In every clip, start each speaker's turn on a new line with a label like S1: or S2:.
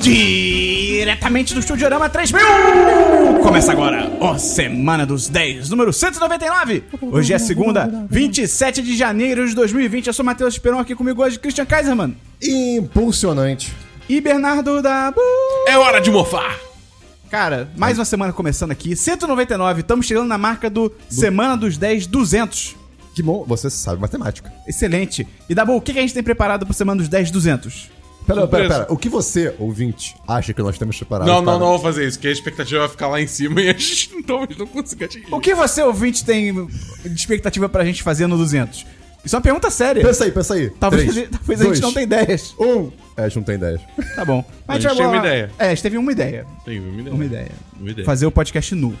S1: Diretamente do Estúdiorama 3000! Começa agora ó Semana dos 10, número 199. Hoje é segunda, 27 de janeiro de 2020. Eu sou Matheus Esperon, aqui comigo hoje Christian Kaiserman
S2: Impulsionante.
S1: e Bernardo da...
S3: É hora de mofar!
S1: Cara, mais uma semana começando aqui. 199, estamos chegando na marca do Semana dos 10 200.
S2: Que bom, você sabe matemática.
S1: Excelente. E Dabu, o que que a gente tem preparado para Semana dos 10 200?
S2: Pera, pera,
S3: Surpresa.
S2: pera. O que você, ouvinte, acha que nós temos preparado?
S3: Não, não,
S2: para-
S3: não vou fazer isso, que a expectativa vai ficar lá em cima e a gente não- talvez não consiga atingir.
S1: O que você, ouvinte, tem de expectativa pra gente fazer no 200? Isso é uma pergunta séria.
S2: Pensa aí, pensa aí.
S1: Talvez,
S2: Três,
S1: talvez a
S2: dois,
S1: gente não tenha ideias.
S2: Um. É, a gente não tem ideias.
S1: Tá bom. Mas
S3: A gente
S1: vai
S3: tem uma
S1: lá-
S3: ideia.
S1: É, a gente teve uma ideia.
S3: Tem uma ideia.
S1: Uma ideia.
S3: Uma ideia.
S1: Fazer o podcast nu.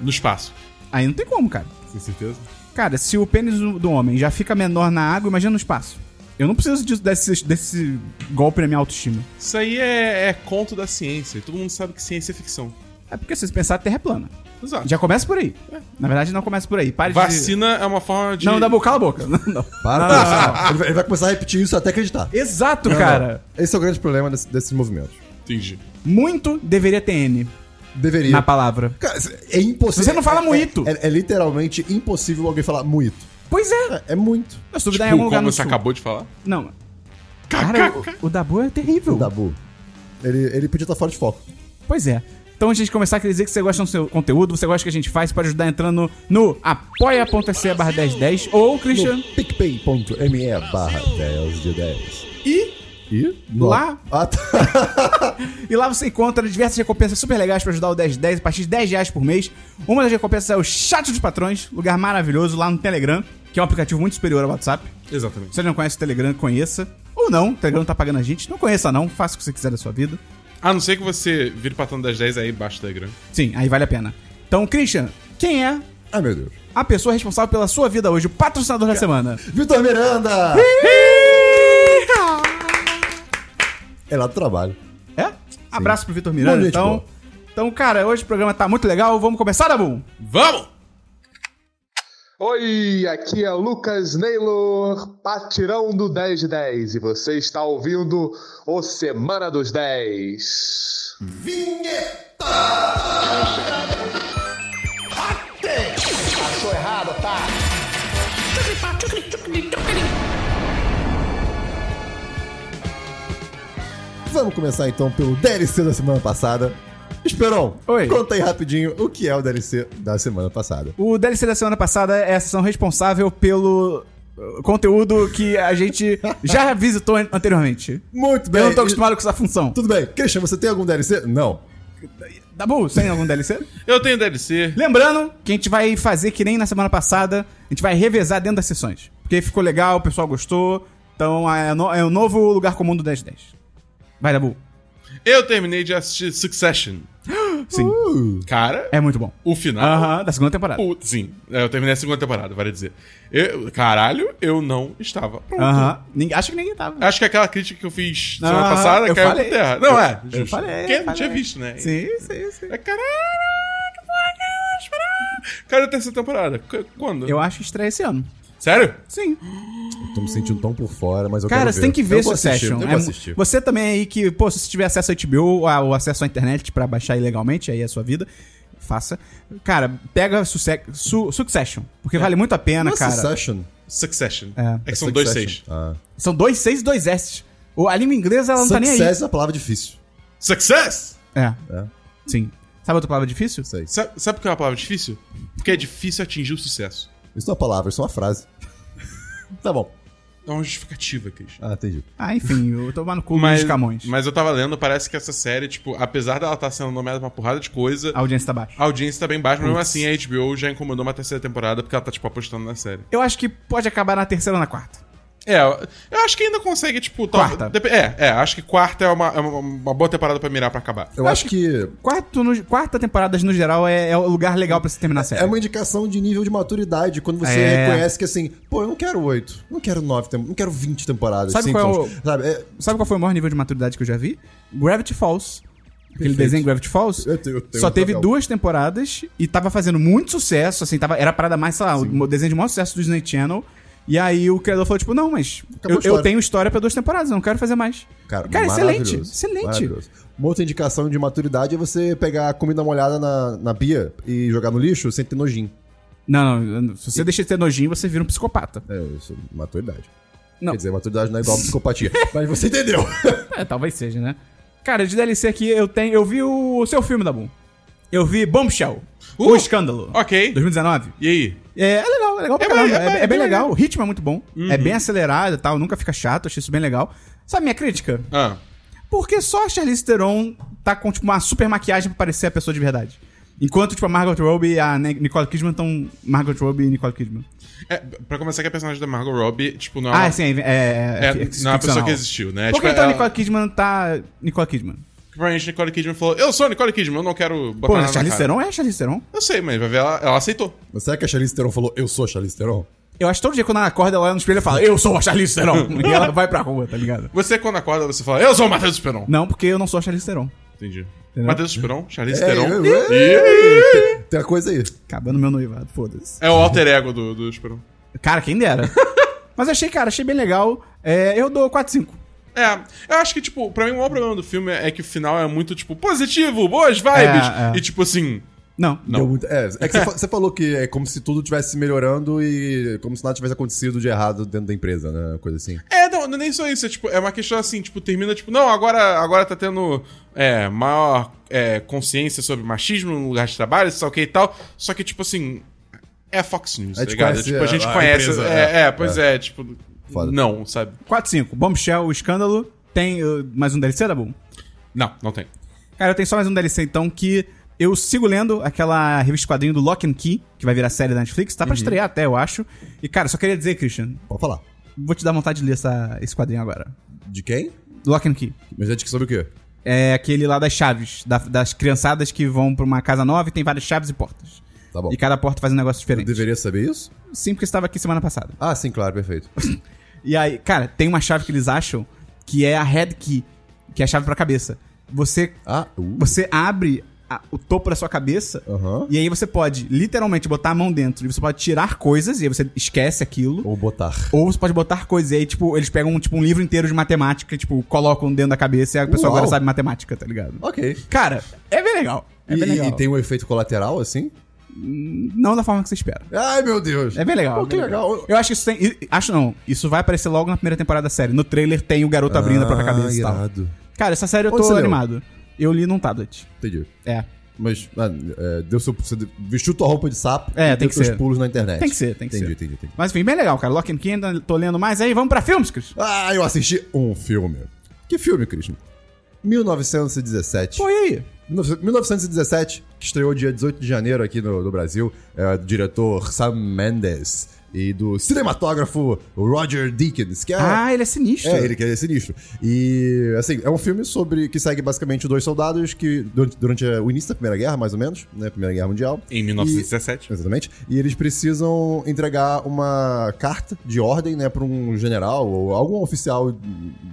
S3: No espaço.
S1: Aí não tem como, cara.
S3: Tem certeza?
S1: Cara, se o pênis do do homem já fica menor na água, imagina no espaço. Eu não preciso disso, desse, desse golpe na minha autoestima.
S3: Isso aí é, é conto da ciência. e Todo mundo sabe que ciência é ficção.
S1: É porque se você pensar, a Terra é plana.
S3: Exato.
S1: Já começa por aí. Na verdade, não começa por aí. Pare
S3: Vacina é uma forma
S1: de...
S3: de.
S1: Não, Dabu, cala a boca. Não, não.
S2: Para
S1: Não,
S2: com isso. Ele vai- Ele vai começar a repetir isso até acreditar.
S1: Exato,
S2: Não,
S1: cara.
S2: não. Esse é o grande problema desse- desses movimentos.
S3: Entendi.
S1: Muito deveria ter N
S2: Deveria.
S1: na palavra.
S2: Cara, É impossível.
S1: Você não fala
S2: é-
S1: muito.
S2: É, é- é literalmente impossível alguém falar muito.
S1: Pois é.
S2: É, é muito.
S1: Eu soube
S3: Tipo,
S1: dar em algum lugar
S3: como
S1: no
S3: você
S1: sul.
S3: acabou de falar?
S1: Não. Cara, o, o Dabu é terrível.
S2: O Dabu. Ele, ele podia estar fora de foco.
S1: Pois é. Então, antes de começar, quer dizer que você gosta do seu conteúdo, você gosta do que a gente faz, pode ajudar entrando no apoia.se barra 1010 ou, Christian,
S2: No picpay.me barra 10 de 10.
S1: e,
S2: E? No-
S1: Lá?
S2: Ah, tá.
S1: e lá você encontra diversas recompensas super legais pra ajudar o 1010 a partir de 10 reais por mês. Uma das recompensas é o chat dos patrões, lugar maravilhoso lá no Telegram, que é um aplicativo muito superior ao WhatsApp.
S3: Exatamente.
S1: Se você não conhece o Telegram, conheça. Ou não, o Telegram tá pagando a gente. Não conheça não, faça o que você quiser da sua vida.
S3: A não ser que você vire patando das 10 aí embaixo do Telegram.
S1: Sim, aí vale a pena. Então, Christian, quem é
S2: Ai, meu Deus.
S1: a pessoa responsável pela sua vida hoje, o patrocinador da semana?
S2: Vitor Miranda! É lá do trabalho.
S1: É? Abraço pro Vitor Miranda,
S2: Bom dia,
S1: então.
S2: tipo.
S1: Então, cara, hoje o programa tá muito legal. Vamos começar, Dabu?
S3: Vamos!
S4: Oi, aqui é Lucas Neylor, patirão do 10 de 10, e você está ouvindo o Semana dos 10.
S2: Vamos começar então pelo DLC da semana passada. Esperão,
S1: Oi.
S2: conta aí rapidinho o que é o DLC da semana passada.
S1: O DLC da semana passada é a sessão responsável pelo uh, conteúdo que a gente já visitou an- anteriormente.
S2: Muito bem.
S1: Eu não tô
S2: e-
S1: acostumado com essa função.
S2: Tudo bem. Christian, você tem algum DLC? Não.
S1: Dabu, você tem algum DLC?
S3: Eu tenho DLC.
S1: Lembrando que a gente vai fazer que nem na semana passada, a gente vai revezar dentro das sessões. Porque ficou legal, o pessoal gostou. Então é, no- é o novo lugar comum do 1010. Vai, Dabu.
S3: Eu terminei de assistir Succession.
S1: Sim.
S2: Uh,
S3: Cara,
S1: É muito bom.
S3: o final.
S1: Aham, da segunda temporada.
S3: Puta, sim, É, eu terminei a segunda temporada, vale dizer. Eu- caralho, eu não estava pronto.
S1: Aham. Ninguém- Acho que ninguém tava.
S3: Acho que aquela crítica que eu fiz semana
S1: Ah,
S3: passada
S1: eu
S3: caiu
S1: falei.
S3: por terra. Não, é.
S1: Eu falei,
S3: Porque
S1: eu
S3: não tinha
S1: falei.
S3: visto, né?
S1: Sim, sim, sim.
S3: É, caralho, que porra que eu acho, caralho. Cara, a terceira temporada. Qu- Quando?
S1: Eu acho que estreia esse ano.
S3: Sério?
S1: Sim.
S2: tô me sentindo tão por fora, mas eu
S1: Cara,
S2: quero
S1: você tem que ver
S2: Eu vou assistir,
S1: Succession.
S2: Eu
S1: É
S2: vou
S1: mu-
S2: assistir.
S1: você também aí que, pô, se você tiver acesso a HBO ou, a- ou acesso à internet pra baixar ilegalmente, aí é a sua vida, faça. Cara, pega Suce- Su- Succession, porque vale muito a pena,
S2: Não é
S1: cara.
S2: Succession?
S3: Succession.
S1: É.
S3: É, que são
S2: É
S3: dois seis.
S2: Succession. Ah.
S1: São dois seis e dois S. A língua inglesa, ela não tá nem aí.
S2: Success é a palavra difícil.
S3: Success!
S1: É,
S2: É.
S1: sim. Sabe outra palavra difícil?
S2: Isso aí.
S3: Sa- Sabe por que é uma palavra difícil? Porque é difícil atingir o sucesso.
S2: Isso não é uma palavra, isso é uma frase. tá bom.
S3: É uma justificativa, Cris.
S2: Ah, entendi.
S1: Ah, enfim, eu vou tomar no cu
S3: Mas,
S1: dos Camões.
S3: mas eu tava lendo, parece que essa série, tipo, apesar dela estar sendo nomeada pra uma porrada de coisa,
S1: A audiência tá baixa.
S3: A audiência tá bem baixa, mas mesmo assim a HBO já encomendou uma terceira temporada porque ela tá, tipo, apostando na série.
S1: Eu acho que pode acabar na terceira ou na quarta.
S3: É, eu acho que ainda consegue, tipo... tal-
S1: Quarta.
S3: Dep- É, é, acho que quarta é uma, é uma, uma boa temporada pra mirar pra acabar.
S2: Eu acho que
S1: Quarto no- quarta temporada, no geral, é, é o lugar legal pra se terminar a série.
S2: É uma indicação de nível de maturidade, quando você
S1: É.
S2: reconhece que assim, pô, eu não quero oito, não quero nove, tem- não quero vinte temporadas.
S1: Sabe
S2: Simpsons,
S1: qual é o-
S2: Sabe, é-
S1: Sabe qual foi o maior nível de maturidade que eu já vi? Gravity Falls. Aquele desenho Gravity Falls.
S2: Eu tenho- eu tenho
S1: só
S2: um
S1: teve
S2: papel.
S1: duas temporadas e tava fazendo muito sucesso, assim, tava, era a parada mais, sei lá, o desenho de maior sucesso do Disney Channel. E aí o criador falou, tipo, não, mas
S2: Acabou a
S1: eu, eu
S2: história.
S1: tenho história pra duas temporadas, eu não quero fazer mais.
S2: Cara,
S1: excelente,
S2: maravilhoso,
S1: excelente.
S2: maravilhoso. Uma outra indicação de maturidade é você pegar a comida molhada na, na pia e jogar no lixo sem ter nojinho.
S1: Não, não, se você deixa de ter nojinho, você vira um psicopata.
S2: É, isso, é maturidade.
S1: Não.
S2: Quer dizer, maturidade não é igual a psicopatia. Mas você entendeu.
S1: É, talvez seja, né? Cara, de DLC aqui eu tenho. Eu vi o seu filme da Boom. Eu vi Bombshell.
S3: Uh,
S1: o Escândalo.
S3: ok.
S1: 2019.
S3: E aí?
S1: É, é legal, é legal pra
S3: É
S1: caramba.
S3: bem- é
S1: É,
S3: bem-
S1: é bem legal.
S3: é legal. Uhum.
S1: O ritmo é muito bom. É bem acelerado e tal. Nunca fica chato. Achei isso bem legal. Sabe minha crítica?
S3: Ah,
S1: Porque só a Charlize Theron tá com, tipo, uma super maquiagem pra parecer a pessoa de verdade. Enquanto, tipo, a Margot Robbie e a Ne- Nicole Kidman estão... Margot Robbie e Nicole Kidman.
S3: é, pra começar que a personagem da Margot Robbie, tipo, não é, uma-
S1: Ah, sim, é... É,
S3: é, não é uma pessoa
S1: ficcional.
S3: que existiu, né?
S1: Por que
S3: tipo,
S1: então a
S3: ela-
S1: Nicole Kidman tá... Nicole Kidman.
S3: Provavelmente Nicole Kidman falou, eu sou a Nicole Kidman, eu não quero botar
S1: Pô,
S3: nada
S1: a
S3: na
S1: Charlize
S3: cara."
S1: Theron é a Charlize Theron.
S3: Eu sei, mas vai ver, ela, ela aceitou.
S2: Mas será que a Charlize Theron falou, eu sou a Charlize Theron?
S1: Eu acho que todo dia quando ela acorda, ela olha no espelho e fala, eu sou a Charlize Theron. e ela vai pra rua, tá ligado?
S3: Você, quando acorda, você fala, eu sou o Matheus Esperon.
S1: Não, porque eu não é, sou a Charlize Theron.
S3: Entendi. Matheus Esperon, Charlize
S2: É,
S3: Theron.
S2: eu-
S3: E-
S2: Tem- Tem a coisa aí.
S1: Acabando meu noivado, foda-se.
S3: É o alter ego do, do Esperon.
S1: Cara, quem dera. Mas achei, cara, achei bem legal. É, eu dou 4, 5.
S3: É, eu acho que, tipo, pra mim o maior problema do filme é que o final é muito, tipo, positivo, boas vibes.
S1: É, é.
S3: E, tipo, assim,
S1: Não.
S3: Não.
S2: Deu muito- É, é que você fa- você falou que é como se tudo estivesse melhorando e como se nada tivesse acontecido de errado dentro da empresa, né? Uma Coisa assim.
S3: É, não, não é nem só isso. É, tipo, é uma questão assim, tipo, termina, tipo, não, agora, agora tá tendo é, maior é, consciência sobre machismo no lugar de trabalho, sei lá o que e tal. Só que, tipo assim, é a Fox News,
S2: A
S3: tá
S2: gente
S3: ligado? É,
S2: conhece
S3: tipo, a
S2: a-
S3: gente
S2: a
S3: conhece.
S2: empresa,
S3: é,
S2: é.
S3: é, pois é, tipo,
S2: Foda.
S3: não, sabe?
S1: 4, 5. Bombshell, o escândalo. Tem uh, mais um DLC, tá bom?
S3: Não, não tem.
S1: Cara, eu tenho só mais um DLC, então, que eu sigo lendo aquela revista de quadrinho do Lock and Key, que vai virar série da Netflix. Tá pra estrear até, eu acho. E, cara, só queria dizer, Christian,
S2: Pode falar.
S1: vou te dar vontade de ler essa, esse quadrinho agora.
S2: De quem?
S1: Lock and Key.
S2: Mas é de que sobre o quê?
S1: É aquele lá das chaves, da- das criançadas que vão pra uma casa nova e tem várias chaves e portas.
S2: Tá bom.
S1: E cada porta faz um negócio
S2: Eu
S1: diferente.
S2: deveria saber isso?
S1: Sim, porque estava aqui semana passada.
S2: Ah, sim, claro, perfeito.
S1: E aí, cara, tem uma chave que eles acham que é a head key, que é a chave pra cabeça. Você
S2: Ah, uh,
S1: você abre a- o topo da sua cabeça
S2: Aham.
S1: e aí você pode literalmente botar a mão dentro e você pode tirar coisas e aí você esquece aquilo.
S2: Ou botar.
S1: Ou você pode botar coisas e aí, tipo, eles pegam tipo, um livro inteiro de matemática e, tipo, colocam dentro da cabeça e a pessoa
S2: Uau.
S1: agora sabe matemática, tá ligado?
S2: Ok.
S1: Cara, é bem legal. É
S2: e,
S1: bem legal.
S2: e tem um efeito colateral, assim?
S1: Não da forma que você espera.
S2: Ai, meu Deus.
S1: É bem legal.
S2: Pô,
S1: é bem
S2: que legal.
S1: Eu acho que isso tem. e- Acho não. Isso vai aparecer logo na primeira temporada da série. No trailer tem o garoto abrindo a própria cabeça e tal.
S2: Ah, irado.
S1: Cara, essa série eu
S2: Onde
S1: tô
S2: você leu?
S1: animado. Eu li num tablet.
S2: Entendi.
S1: É.
S2: Mas, mano, é, deu seu, você vestiu tua roupa de sapo
S1: É,
S2: e
S1: tem
S2: deu
S1: que
S2: seus
S1: ser.
S2: pulos na internet.
S1: Tem que ser, tem que ser.
S2: entendi, Entendi, entendi.
S1: Mas enfim, bem legal, cara. Lock and Key, ainda tô lendo mais aí. Vamos pra filmes, Cris?
S2: Ah, eu assisti um filme. Que filme, Christian? 1917.
S1: Pô, e aí?
S2: 1917, que estreou dia 18 de janeiro aqui no, no Brasil, é, do diretor Sam Mendes e do cinematógrafo Roger Deakins, que é,
S1: Ah, ele é sinistro.
S2: é ele que é sinistro. E, assim, é um filme sobre que segue basicamente dois soldados que, durante, durante o início da Primeira Guerra, mais ou menos, né, Primeira Guerra Mundial,
S3: Em 1917.
S2: Exatamente. E tipo, eles precisam entregar uma carta de ordem, né, para um general ou algum oficial de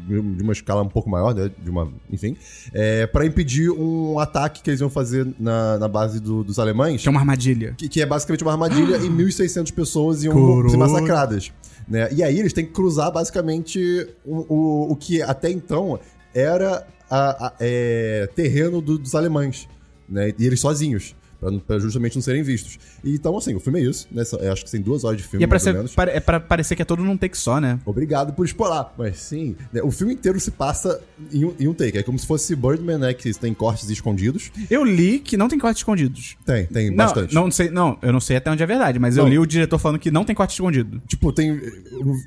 S2: de uma escala um pouco maior, né, de uma, enfim, é, para impedir um ataque que eles iam fazer na, na base do- dos alemães
S1: Que é uma armadilha.
S2: que, que é basicamente uma armadilha e 1.600 pessoas iam
S1: Coroa.
S2: ser massacradas. Né? E aí eles têm que cruzar basicamente o, o, o que até então era a- a- é, terreno do- dos alemães. Né? E eles sozinhos, pra não- pra justamente não serem vistos. E, então, assim, o filme é isso. Né? Só- eu acho que tem duas horas de filme,
S1: E é pra,
S2: mais ou
S1: ser,
S2: menos.
S1: pare- é pra parecer que é todo num take só, né?
S2: Obrigado por explorar. Mas sim, né, o filme inteiro se passa em um, em um take. É como se fosse Birdman, né? Que tem cortes escondidos.
S1: Eu li que não tem cortes escondidos.
S2: Tem, tem
S1: Não,
S2: bastante.
S1: não sei, não, eu não sei até onde é verdade, mas eu
S2: Não.
S1: li o diretor falando que não tem corte escondido.
S2: Tipo, tem,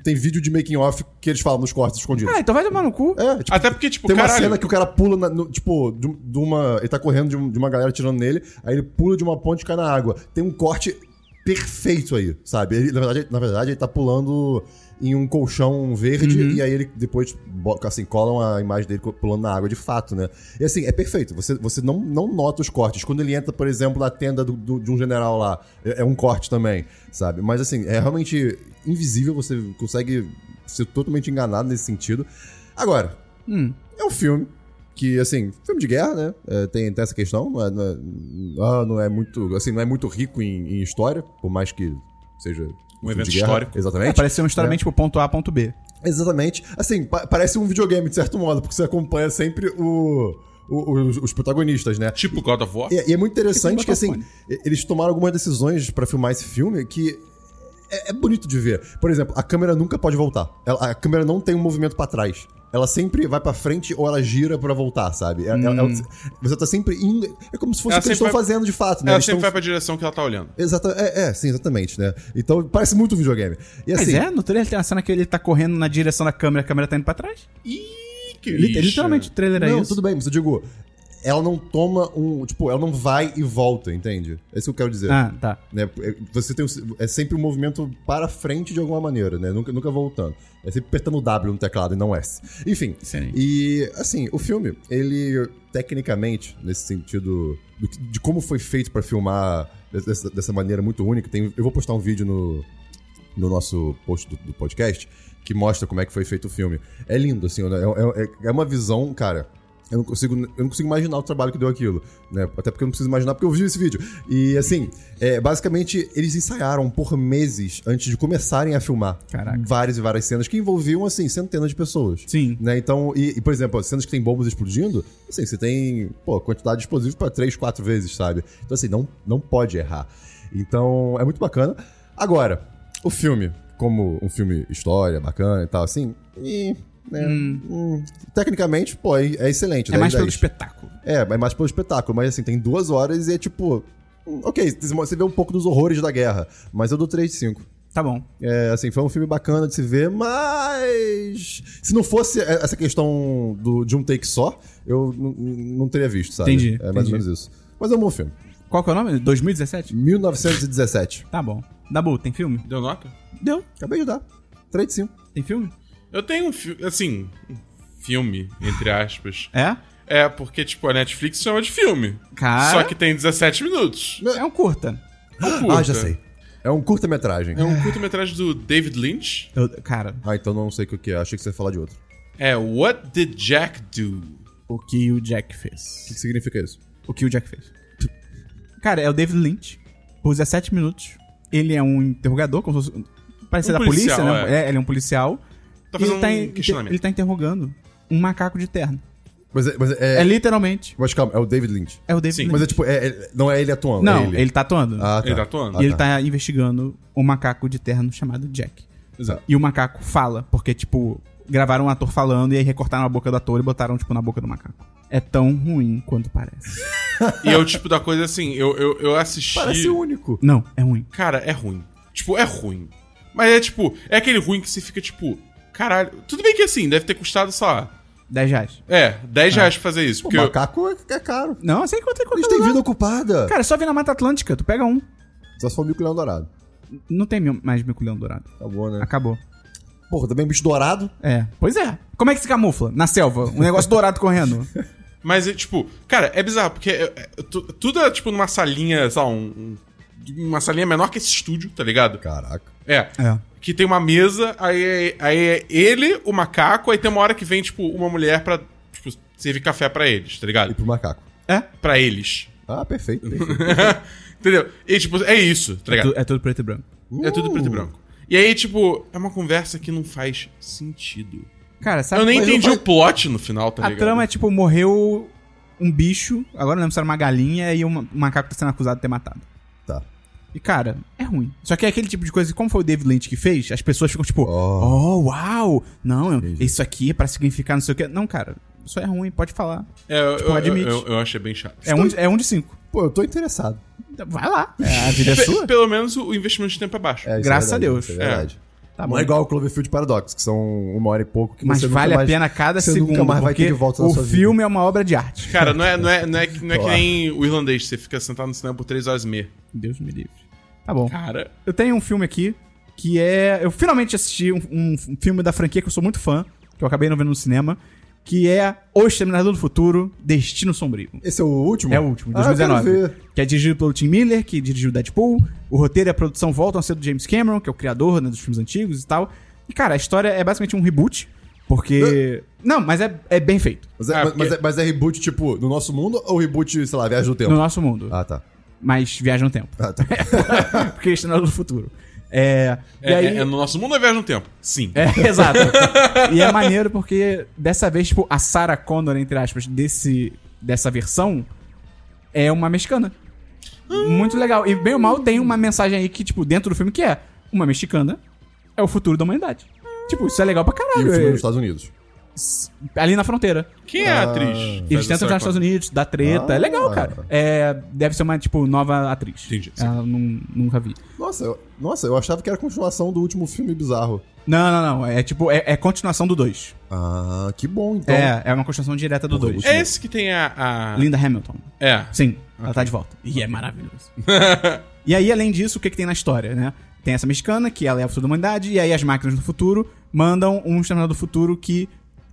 S2: tem vídeo de making off que eles falam nos cortes escondidos.
S1: Ah, então vai tomar no cu.
S2: É, tipo,
S3: Até porque, tipo,
S2: tem uma
S3: caralho.
S2: cena que o cara pula, na- no- tipo, de, um- de uma. Ele tá correndo de, um- de uma galera tirando nele, aí ele pula de uma ponte e cai na água. Tem um corte perfeito aí, sabe? Ele, na, verdade, na verdade, ele tá pulando em um colchão verde
S3: Uhum.
S2: e aí ele depois bo- assim, colam a imagem dele co- pulando na água de fato, né? E assim, é perfeito. Você, você não, não nota os cortes. Quando ele entra, por exemplo, na tenda do- do- de um general lá, é, é um corte também, sabe? Mas assim, é realmente invisível, você consegue ser totalmente enganado nesse sentido. Agora, é um filme que, assim, filme de guerra, né? É, tem, tem essa questão, não é, não, é, ah, não é muito, assim, não é muito rico em, em história, por mais que seja um filme
S3: evento
S2: de guerra.
S3: histórico.
S1: É,
S2: Exatamente.
S1: parece ser uma história
S2: É.
S1: bem tipo ponto A, ponto B.
S2: Exatamente. Assim, pa- parece um videogame, de certo modo, porque você acompanha sempre o, o- os, os protagonistas, né?
S3: Tipo God of War.
S2: E, e é muito interessante que, assim,
S1: Botafone.
S2: e- eles tomaram algumas decisões pra filmar esse filme que é, é bonito de ver. Por exemplo, a câmera nunca pode voltar. Ela- a câmera não tem um movimento pra trás. Ela sempre vai pra frente ou ela gira pra voltar, sabe? Ela- ela- ela- você tá sempre indo. É como se fosse
S3: Hum. Ela
S2: o que eles estão
S3: sempre vai-
S2: fazendo de fato, né?
S3: Ela
S2: Eles
S3: sempre
S2: tão-
S3: vai pra direção que ela tá olhando.
S2: Exata... É, é, sim, exatamente, né? Então parece muito um videogame. E
S1: Mas
S2: assim,
S1: é, no trailer tem uma cena que ele tá correndo na direção da câmera, a câmera tá indo pra trás.
S3: Ih, que
S1: Li-
S3: bicha.
S1: Literalmente o trailer é
S2: não,
S1: isso.
S2: tudo bem, mas eu digo, ela não toma um. Tipo, ela não vai e volta, entende? É isso que eu quero dizer.
S1: Ah, tá.
S2: né? É- Você tem o- é sempre um movimento para frente de alguma maneira, né? Nunca, nunca voltando. É sempre apertando o W no teclado e não S. Enfim.
S1: Sim.
S2: E assim, o filme, ele tecnicamente, nesse sentido do que- de como foi feito pra filmar dessa, dessa maneira muito única, tem- eu vou postar um vídeo no, no nosso post do, do podcast que mostra como é que foi feito o filme. É lindo, assim, né? é, é- é uma visão, cara. Eu não, consigo, eu não consigo imaginar o trabalho que deu aquilo, né? Até porque eu não preciso imaginar, porque eu vi esse vídeo. E, assim, é, basicamente, eles ensaiaram por meses antes de começarem a filmar
S1: Caraca.
S2: várias e várias cenas que envolviam, assim, centenas de pessoas.
S1: Sim.
S2: Né? Então, e, e, por exemplo, as cenas que tem bombas explodindo, assim, você tem, pô, quantidade de explosivos pra três, quatro vezes, sabe? Então, assim, não, não pode errar. Então, é muito bacana. Agora, o filme, como um filme história, bacana e tal, assim, e, né, hum, tecnicamente, pô, é, é excelente.
S1: É
S2: 10,
S1: mais pelo
S2: 10.
S1: espetáculo.
S2: É, é mais pelo espetáculo, mas assim, tem duas horas e é tipo, hum, ok, você vê um pouco dos horrores da guerra, mas eu dou 3 de 5.
S1: Tá bom.
S2: É, assim, foi um filme bacana de se ver, mas. Se não fosse é, essa questão do- de um take só, eu n- n- não teria visto, sabe?
S1: Entendi,
S2: É mais
S1: entendi.
S2: ou menos isso. Mas é um bom filme.
S1: Qual que é o nome? 2017?
S2: 1917.
S1: Tá bom. Dabu, tem filme?
S3: Deu nota?
S1: Deu.
S2: Acabei de dar. 3 de 5.
S1: Tem filme?
S3: Eu tenho um filme, assim, um filme, entre aspas.
S1: É?
S3: É, porque, tipo, a Netflix chama de filme.
S1: Cara.
S3: Só que tem 17 minutos.
S1: É um curta.
S3: Um curta.
S2: Ah, é? Ah, já sei. É um curta-metragem.
S3: É um curta-metragem do David Lynch.
S1: Eu- cara,
S2: Ah, então não sei o que é. Achei que você ia falar de outro. O
S3: É What Did Jack Do?
S1: o que o Jack
S2: que,
S1: fez.
S2: que significa isso?
S1: O que o Jack fez. Cara, é o David Lynch, por 17 minutos. Ele é um interrogador, como se fosse. Parece ser
S3: Um
S1: da polícia,
S3: policial,
S1: né? É. ele é um policial.
S3: Tá
S1: E
S3: fazendo
S1: ele, tá
S3: um
S1: in-
S3: questionamento.
S1: ele tá interrogando um macaco de terno.
S2: Mas é. Mas, é-
S1: É literalmente.
S2: mas calma, é o David Lynch.
S1: É o David
S3: Sim.
S1: Lynch.
S2: Mas é tipo, é- é- não é ele atuando.
S1: Não,
S2: é
S1: ele. tá atuando.
S2: Ah,
S3: Ele tá atuando?
S1: e ele
S2: tá.
S1: tá investigando um macaco de terno chamado Jack.
S3: Exato.
S1: E o macaco fala, porque, tipo, gravaram um ator falando e aí recortaram a boca do ator e botaram, tipo, na boca do macaco. É tão ruim quanto parece.
S3: E eu, tipo, da coisa assim, eu, eu, eu assisti.
S2: Parece um- único.
S1: Não, é ruim.
S3: Cara, é ruim. Tipo, é ruim. Mas é tipo, é aquele ruim que você fica tipo, caralho. Tudo bem que assim, deve ter custado, sei lá.
S1: 10 reais.
S3: É, 10 reais pra fazer isso.
S2: Ah. O
S3: Porque eu-
S2: macaco é, é caro.
S1: Não, sem conta
S2: Eles
S1: quanto
S2: têm
S1: tá lá.
S2: vida ocupada.
S1: Cara, é só vir na Mata Atlântica, tu pega um.
S2: Só se for mico leão dourado.
S1: Não tem mi- mais miculhão dourado.
S2: Tá bom,
S3: É.
S2: né?
S1: Acabou.
S2: Porra, também um bicho dourado.
S1: É. Pois é. Como é que se camufla? Na selva. Um negócio dourado correndo.
S3: Mas é tipo, cara, é bizarro, porque é- é- tu- tudo é tipo numa salinha, sei lá, um- um- uma salinha menor que esse estúdio, tá ligado?
S2: Caraca.
S3: É.
S1: É.
S3: Que tem uma mesa, aí, aí é ele, o macaco, aí tem uma hora que vem, tipo, uma mulher pra tipo, servir café pra eles, tá
S2: E
S3: ligado?
S2: pro macaco.
S1: É?
S3: Pra eles.
S2: Ah, perfeito. perfeito.
S3: Entendeu? E tipo, é isso, tá
S1: É,
S3: ligado?
S1: tu- é tudo preto e branco.
S3: É tudo
S1: Uh!
S3: preto e branco. E aí, tipo, é uma conversa que não faz sentido.
S1: Cara, sabe
S3: Eu nem
S1: mas
S3: entendi
S1: faz-
S3: o plot no final, tá
S1: A
S3: ligado?
S1: trama é tipo, morreu um bicho, agora não lembro se era uma galinha, e um ma- um macaco tá sendo acusado de ter matado.
S2: Tá.
S1: E, cara, é ruim. Só que é aquele tipo de coisa que, como foi o David Lynch que fez, as pessoas ficam tipo, oh,
S2: Oh.
S1: uau! Não, eu-
S2: Entendi.
S1: isso aqui é pra significar não sei o quê. Não, cara, isso é ruim, pode falar.
S3: É, eu,
S1: Tipo,
S3: eu-
S1: admite.
S3: eu- eu achei bem chato.
S1: É um, de- é um de cinco.
S2: Pô, eu tô interessado.
S1: Vai lá. É, a vida é
S3: Pe-
S1: sua.
S3: Pelo menos o investimento de tempo é baixo.
S2: isso
S1: Graças a
S2: verdade,
S1: Deus.
S2: isso É verdade.
S1: Tá
S2: Não
S1: bom.
S2: é igual o Cloverfield Paradox, que são uma hora e pouco que
S1: Mas
S2: você nunca
S1: vale a
S2: mais-
S1: pena cada
S2: você
S1: segundo,
S2: nunca mais vai ter
S1: porque
S2: de volta na
S1: o
S2: sua vida.
S1: filme é uma obra de arte.
S3: Cara, não é, não é, não é, que- não é que
S2: Claro.
S3: nem o irlandês, você fica sentado no cinema por 3 horas e meia.
S1: Deus me livre. Tá bom.
S3: Cara,
S1: Eu tenho um filme aqui que é. Eu finalmente assisti um, um filme da franquia que eu sou muito fã, que eu acabei não vendo no cinema, que é O Exterminador do Futuro, Destino Sombrio.
S2: Esse é o último?
S1: É o último,
S2: Ah, eu quero
S1: 2019.
S2: ver.
S1: que é dirigido pelo Tim Miller, que dirigiu Deadpool. O roteiro e a produção voltam a ser do James Cameron, que é o criador né, dos filmes antigos e tal. E, cara, a história é basicamente um reboot, porque. Não, mas é, é bem feito.
S2: Mas é,
S3: Ah,
S2: mas-
S3: porque-
S2: mas é- mas é reboot, tipo, no nosso mundo ou reboot, sei lá, viagem no tempo?
S1: No É, nosso mundo.
S2: Ah, tá.
S1: Mas viaja no tempo.
S2: Ah, tá.
S1: porque Exterminador do Futuro. É.
S3: é, é- é no nosso mundo é viagem no tempo. Sim.
S1: É, exato. e é maneiro porque dessa vez, tipo, a Sarah Connor, entre aspas, desse dessa versão é uma mexicana. Muito legal. E bem ou mal tem uma mensagem aí que, tipo, dentro do filme que é uma mexicana é o futuro da humanidade. Tipo, isso é legal pra
S2: E
S1: caralho.
S2: o filme é
S1: É-
S2: nos Estados Unidos.
S1: ali na fronteira.
S3: Quem é a atriz?
S1: Eles tentam entrar nos Estados Unidos, dá treta.
S2: Ah.
S1: é legal, cara. É, deve ser uma, tipo, nova atriz.
S3: Entendi.
S1: Ela nun- nunca vi.
S2: Nossa eu, nossa, eu achava que era a continuação do último filme bizarro.
S1: Não, não, não. É tipo, é, é continuação do 2.
S2: Ah, que bom, então.
S1: é, é uma continuação direta do 2.
S3: É esse que tem a. a...
S1: Linda Hamilton.
S3: É.
S1: Sim, ela tá de volta. E é maravilhoso. e aí, além disso, o que, que tem na história, né? Tem essa mexicana, que ela é a futura da humanidade, e aí as máquinas do futuro mandam um exterminador do futuro que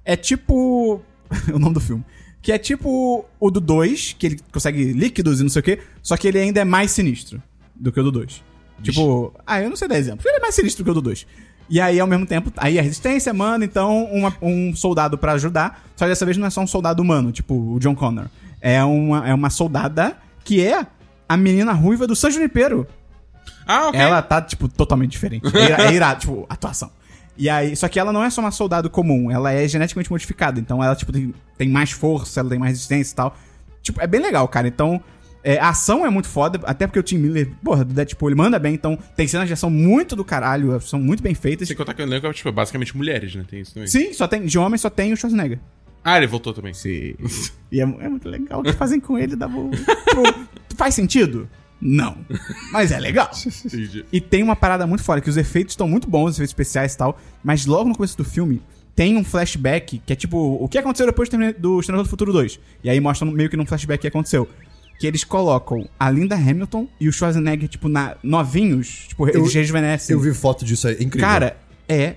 S1: é tipo. o nome do filme. Que é tipo o do 2, que ele consegue líquidos e não sei o quê, só que ele ainda é mais sinistro do que o do 2. Tipo, ah, eu não sei dar exemplo. Ele é mais sinistro que o do 2. E aí, ao mesmo tempo, aí a resistência manda, então, uma- um soldado pra ajudar. Só que dessa vez não é só um soldado humano, tipo o John Connor. É uma, é uma soldada que é a menina ruiva do San Junipero.
S3: Ah, ok.
S1: Ela tá, tipo, totalmente diferente. É ira- é irado, tipo, atuação. E aí, só que ela não é só uma soldado comum, ela é geneticamente modificada. Então ela, tipo, tem, tem mais força, ela tem mais resistência e tal. Tipo, é bem legal, cara. Então, é, a ação é muito foda, até porque o Tim Miller, porra, do Deadpool, ele manda bem. Então, tem cenas de ação muito do caralho, são muito bem feitas.
S3: Sem contar que o elenco é tipo, basicamente mulheres, né? Tem isso também.
S1: Sim, só tem, de homem só tem o Schwarzenegger.
S3: Ah, ele voltou também.
S1: Sim. E é, é muito legal o que fazem com ele, dá bom. Tipo, faz sentido? Não. Mas é legal.
S3: Entendi.
S1: E tem uma parada muito fora, que os efeitos estão muito bons, os efeitos especiais e tal, mas logo no começo do filme tem um flashback que é tipo o que aconteceu depois do Termina- do Exterminador do Futuro 2. E aí mostram meio que num flashback o que aconteceu. Que eles colocam a Linda Hamilton e o Schwarzenegger, tipo, na, novinhos, tipo, eles rejuvenescem.
S2: Eu vi foto disso aí. é Incrível.
S1: Cara, é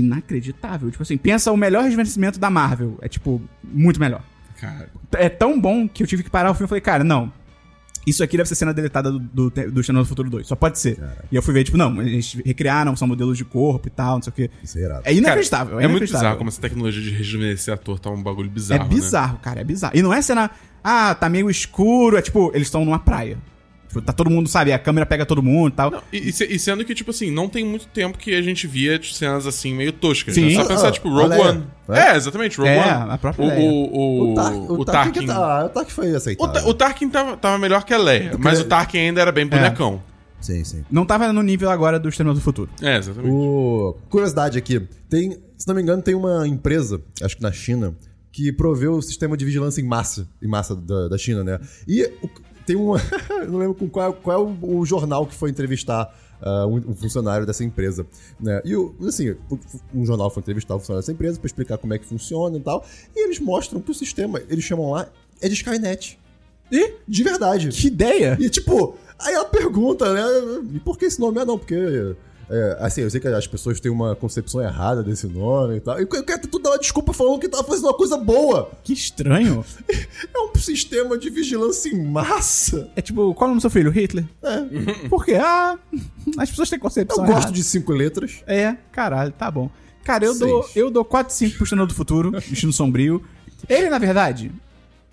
S1: inacreditável. Tipo assim, pensa o melhor rejuvenescimento da Marvel. É tipo, muito melhor.
S3: Cara.
S1: É tão bom que eu tive que parar o filme e falei, cara, não. Isso aqui deve ser cena deletada do, do, do Exterminador do Futuro 2. Só pode ser. E eu fui ver, tipo, não, eles recriaram, são modelos de corpo e tal, não sei o quê.
S2: Isso é irado.
S1: É inacreditável.
S3: Cara, é muito
S1: inacreditável.
S3: bizarro como essa tecnologia de rejuvenescer ator tá um bagulho bizarro.
S1: É
S3: né?
S1: bizarro, cara, é bizarro. E não é cena, ah, tá meio escuro, é tipo, eles estão numa praia. Tipo, tá todo mundo, sabe, a câmera pega todo mundo e tal.
S3: E, e se- e sendo que, tipo assim, não tem muito tempo que a gente via tipo, cenas assim meio toscas.
S1: Sim.
S3: Né? Só
S1: Ah,
S3: pensar,
S2: ah,
S3: tipo, Rogue
S2: olha aí,
S3: One.
S2: né?
S3: É, exatamente, Rogue
S1: É,
S3: One.
S1: a própria
S3: o,
S1: ideia.
S3: o, o,
S2: Tarkin
S3: o, Tarkin.
S2: que tá- o Tarkin foi
S3: O, Ta-
S2: aceitável.
S3: o Tarkin tava, tava melhor que a Leia, mas o Tarkin ainda era
S1: É.
S3: bem bonecão.
S2: Sim, sim.
S1: Não tava no nível agora do Exterminador do Futuro.
S3: É, exatamente.
S2: O... Curiosidade aqui. Tem, se não me engano, tem uma empresa, acho que na China, que proveu o sistema de vigilância em massa, em massa da, da China, né? E o- tem um... eu não lembro com qual, qual é o, o jornal que foi entrevistar ah, um, um funcionário dessa empresa, né? E, o- assim, o- um jornal foi entrevistar o funcionário dessa empresa pra explicar como é que funciona e tal. E eles mostram que o sistema, eles chamam lá, é de Skynet.
S1: Ih!
S2: De verdade.
S1: Que ideia!
S2: E tipo, aí ela pergunta, né? E por que esse nome é não? Porque. é, assim, eu sei que as pessoas têm uma concepção errada desse nome e tal. E o cara tudo dá uma desculpa falando que tava fazendo uma coisa boa.
S1: Que estranho.
S2: É um sistema de vigilância em massa.
S1: É tipo, qual é o nome do seu filho? Hitler?
S2: É.
S1: Por quê? Ah, as pessoas têm
S2: Eu
S1: concepção
S2: gosto
S1: errada.
S2: de cinco letras.
S1: É, caralho, tá bom. Cara, eu
S2: Seis.
S1: dou, eu dou 4 de 5 pro Estando do Futuro, Destino Sombrio. Ele, na verdade,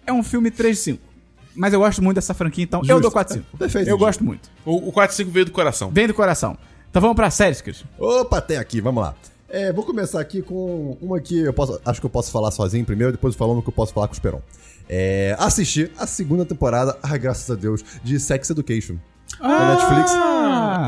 S1: é um filme 3 de 5. Mas eu gosto muito dessa franquia, então eu
S2: Justo.
S1: dou 4 de 5.
S2: Perfeito,
S1: Eu
S2: justo.
S1: gosto muito.
S3: O, o 45 veio do coração.
S1: Vem do coração. Então vamos pra séries, Cris.
S2: Opa, até aqui, vamos lá. É, vou começar aqui com uma que eu posso, acho que eu posso falar sozinho primeiro, depois falando que eu posso falar com o Esperon. É, assisti a segunda temporada, ah, graças a Deus, de Sex Education. Na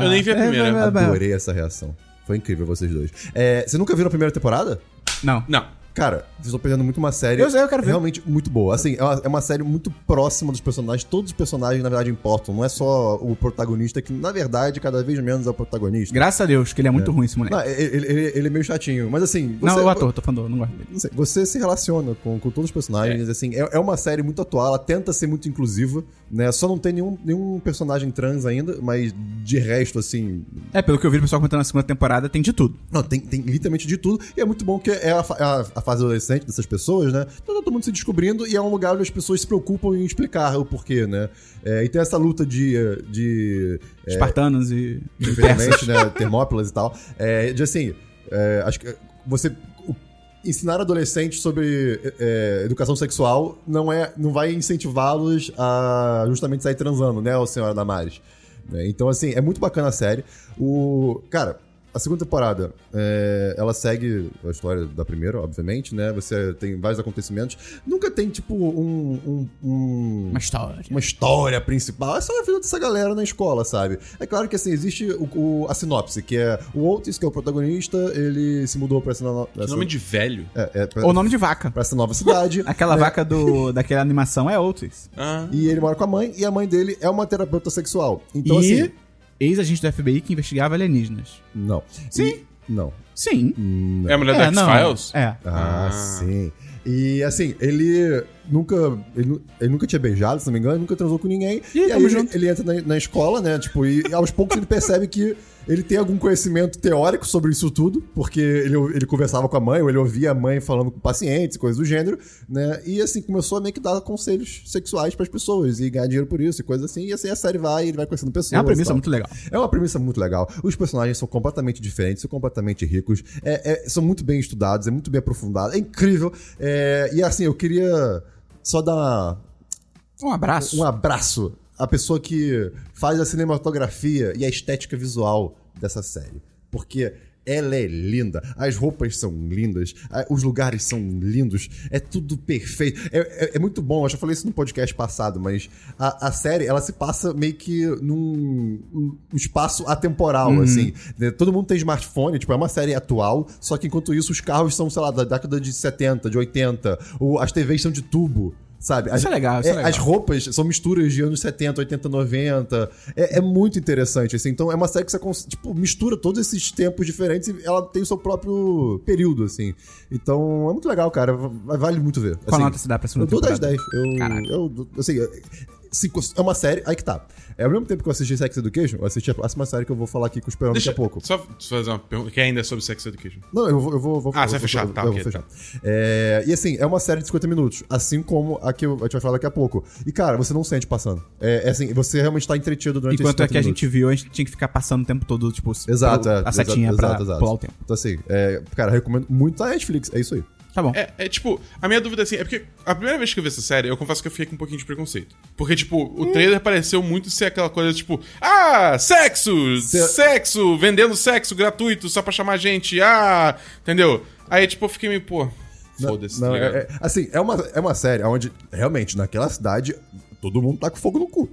S2: Netflix.
S3: eu nem vi a
S1: É,
S3: primeira.
S2: Adorei essa reação. Foi incrível vocês dois. É, você nunca viu a primeira temporada?
S1: Não.
S3: Não.
S2: Cara, vocês estão perdendo muito uma série.
S1: Eu sei, eu quero ver.
S2: Realmente muito boa. Assim, é uma, é uma série muito próxima dos personagens. Todos os personagens, na verdade, importam. Não é só o protagonista, que na verdade cada vez menos é o protagonista.
S1: Graças a Deus, que ele é muito ruim, esse moleque.
S2: Não, ele, ele- ele é meio chatinho. Mas assim.
S1: Não,
S2: você-
S1: o ator, tô falando, eu não gosto dele.
S2: não sei, você se relaciona com, com todos os personagens, assim, é, é uma série muito atual, ela tenta ser muito inclusiva, né? Só não tem nenhum, nenhum personagem trans ainda, mas de resto, assim,
S1: É, pelo que eu vi o pessoal contando na segunda temporada, tem de tudo.
S2: Não, tem, tem literalmente de tudo. E é muito bom que é a, fa- a- a fase adolescente dessas pessoas, né? Então tá todo mundo se descobrindo e é um lugar onde as pessoas se preocupam em explicar o porquê, né? É, e tem essa luta de. eh, de
S1: Espartanos e.
S2: de Infelizmente, né? Termópilas e tal. É, de assim, é, acho que você. o- Ensinar adolescentes sobre é, educação sexual não é não vai incentivá-los a justamente sair transando, né, ô senhora Damares? Né, Então, assim, é muito bacana a série. O. Cara, A segunda temporada, é, ela segue a história da primeira, obviamente, né? Você tem vários acontecimentos. Nunca tem, tipo, um- um- um
S1: Uma história.
S2: uma história principal. É só a vida dessa galera na escola, sabe? É claro que assim, existe o, o- a sinopse, que é o Otis, que é o protagonista, ele se mudou pra essa, no-
S3: Que
S2: essa-
S3: nome de velho.
S2: é, é, pra,
S1: Ou nome de vaca.
S2: pra essa nova cidade.
S1: Aquela
S2: né?
S1: vaca do, daquela animação é Otis.
S3: Ah.
S2: E ele mora com a mãe, e a mãe dele é uma terapeuta sexual. Então,
S1: e
S2: assim.
S1: ex-agente do FBI que investigava alienígenas.
S2: Não.
S1: Sim.
S2: E- não.
S1: Sim.
S3: É a mulher
S1: é,
S3: da X-Files?
S1: É.
S2: Ah,
S3: Ah.
S2: sim. E assim, ele nunca. Ele, nu- ele nunca tinha beijado, se não me engano, ele nunca transou com ninguém.
S1: Ih,
S2: E, aí
S1: tamo
S2: ele,
S1: junto.
S2: ele entra na, na escola, né? Tipo, e aos poucos ele percebe que ele tem algum conhecimento teórico sobre isso tudo, porque ele, ou- ele conversava com a mãe, ou ele ouvia a mãe falando com pacientes, coisas do gênero, né? E assim, começou a meio que dar conselhos sexuais pras pessoas e ganhar dinheiro por isso e coisas assim. E assim a série vai, ele vai conhecendo pessoas.
S1: É uma
S2: e
S1: premissa
S2: tal.
S1: muito legal.
S2: É uma premissa muito legal. Os personagens são completamente diferentes, são completamente ricos, é- é- são muito bem estudados, é muito bem aprofundado, é incrível. É, e assim, eu queria só dar
S1: Um abraço.
S2: um abraço à pessoa que faz a cinematografia e a estética visual dessa série. Porque ela é linda, as roupas são lindas, a- os lugares são lindos, é tudo perfeito. É, é- é muito bom, eu já falei isso no podcast passado, mas a, a série ela se passa meio que num um espaço atemporal,
S1: Uhum.
S2: assim. né? Todo mundo tem smartphone, tipo, é uma série atual, só que enquanto isso os carros são, sei lá, da década de 70, de 80, o- as TVs são de tubo. Sabe?
S1: Isso
S2: As-
S1: é legal, isso é legal.
S2: As roupas são misturas de anos 70, 80, 90. É, é muito interessante, assim. Então é uma série que você cons- tipo, mistura todos esses tempos diferentes e ela tem o seu próprio período, assim. Então é muito legal, cara. Va- Vale muito ver.
S1: Qual
S2: Assim,
S1: nota se dá pra
S2: Eu
S1: segunda
S2: dou 10
S1: temporada?
S2: 10. Eu,
S1: Caraca.
S2: eu, dou- assim, eu- se cons- é uma série, aí que tá. É ao mesmo tempo que eu assisti Sex Education, eu assisti a próxima série que eu vou falar aqui com os Perão daqui
S3: Deixa
S2: a pouco.
S3: Só fazer uma pergunta que ainda é sobre Sex Education.
S2: Não, eu vou. Eu vou, vou
S3: Ah,
S2: eu
S3: você
S2: vou-
S3: vai fechar,
S2: eu
S3: tá,
S2: vou
S3: ok,
S2: fechar. É, e assim, é uma série de 50 minutos, assim como a que eu- a gente vai falar daqui a pouco. E cara, você não sente passando. É, é assim, você realmente tá entretido durante
S1: Enquanto é
S2: esses 50
S1: que a
S2: minutos.
S1: gente viu, a gente tinha que ficar passando o tempo todo, tipo,
S2: Exato,
S1: pro-
S2: é,
S1: a setinha pra pular o tempo.
S2: Então assim, é, cara, recomendo muito a Netflix, é isso aí.
S1: Tá bom.
S3: É, é, tipo, a minha dúvida é assim, é porque a primeira vez que eu vi essa série, eu confesso que eu fiquei com um pouquinho de preconceito. Porque, tipo,
S2: Hum.
S3: o trailer pareceu muito ser aquela coisa, tipo, ah, sexo!
S2: Se-
S3: Sexo! Vendendo sexo gratuito só pra chamar a gente, ah! Entendeu? Aí, tipo, eu fiquei meio, pô, foda-se, tá
S2: Não,
S3: ligado?
S2: é- é- assim, é uma, é uma série onde, realmente, naquela cidade, todo mundo tá com fogo no cu.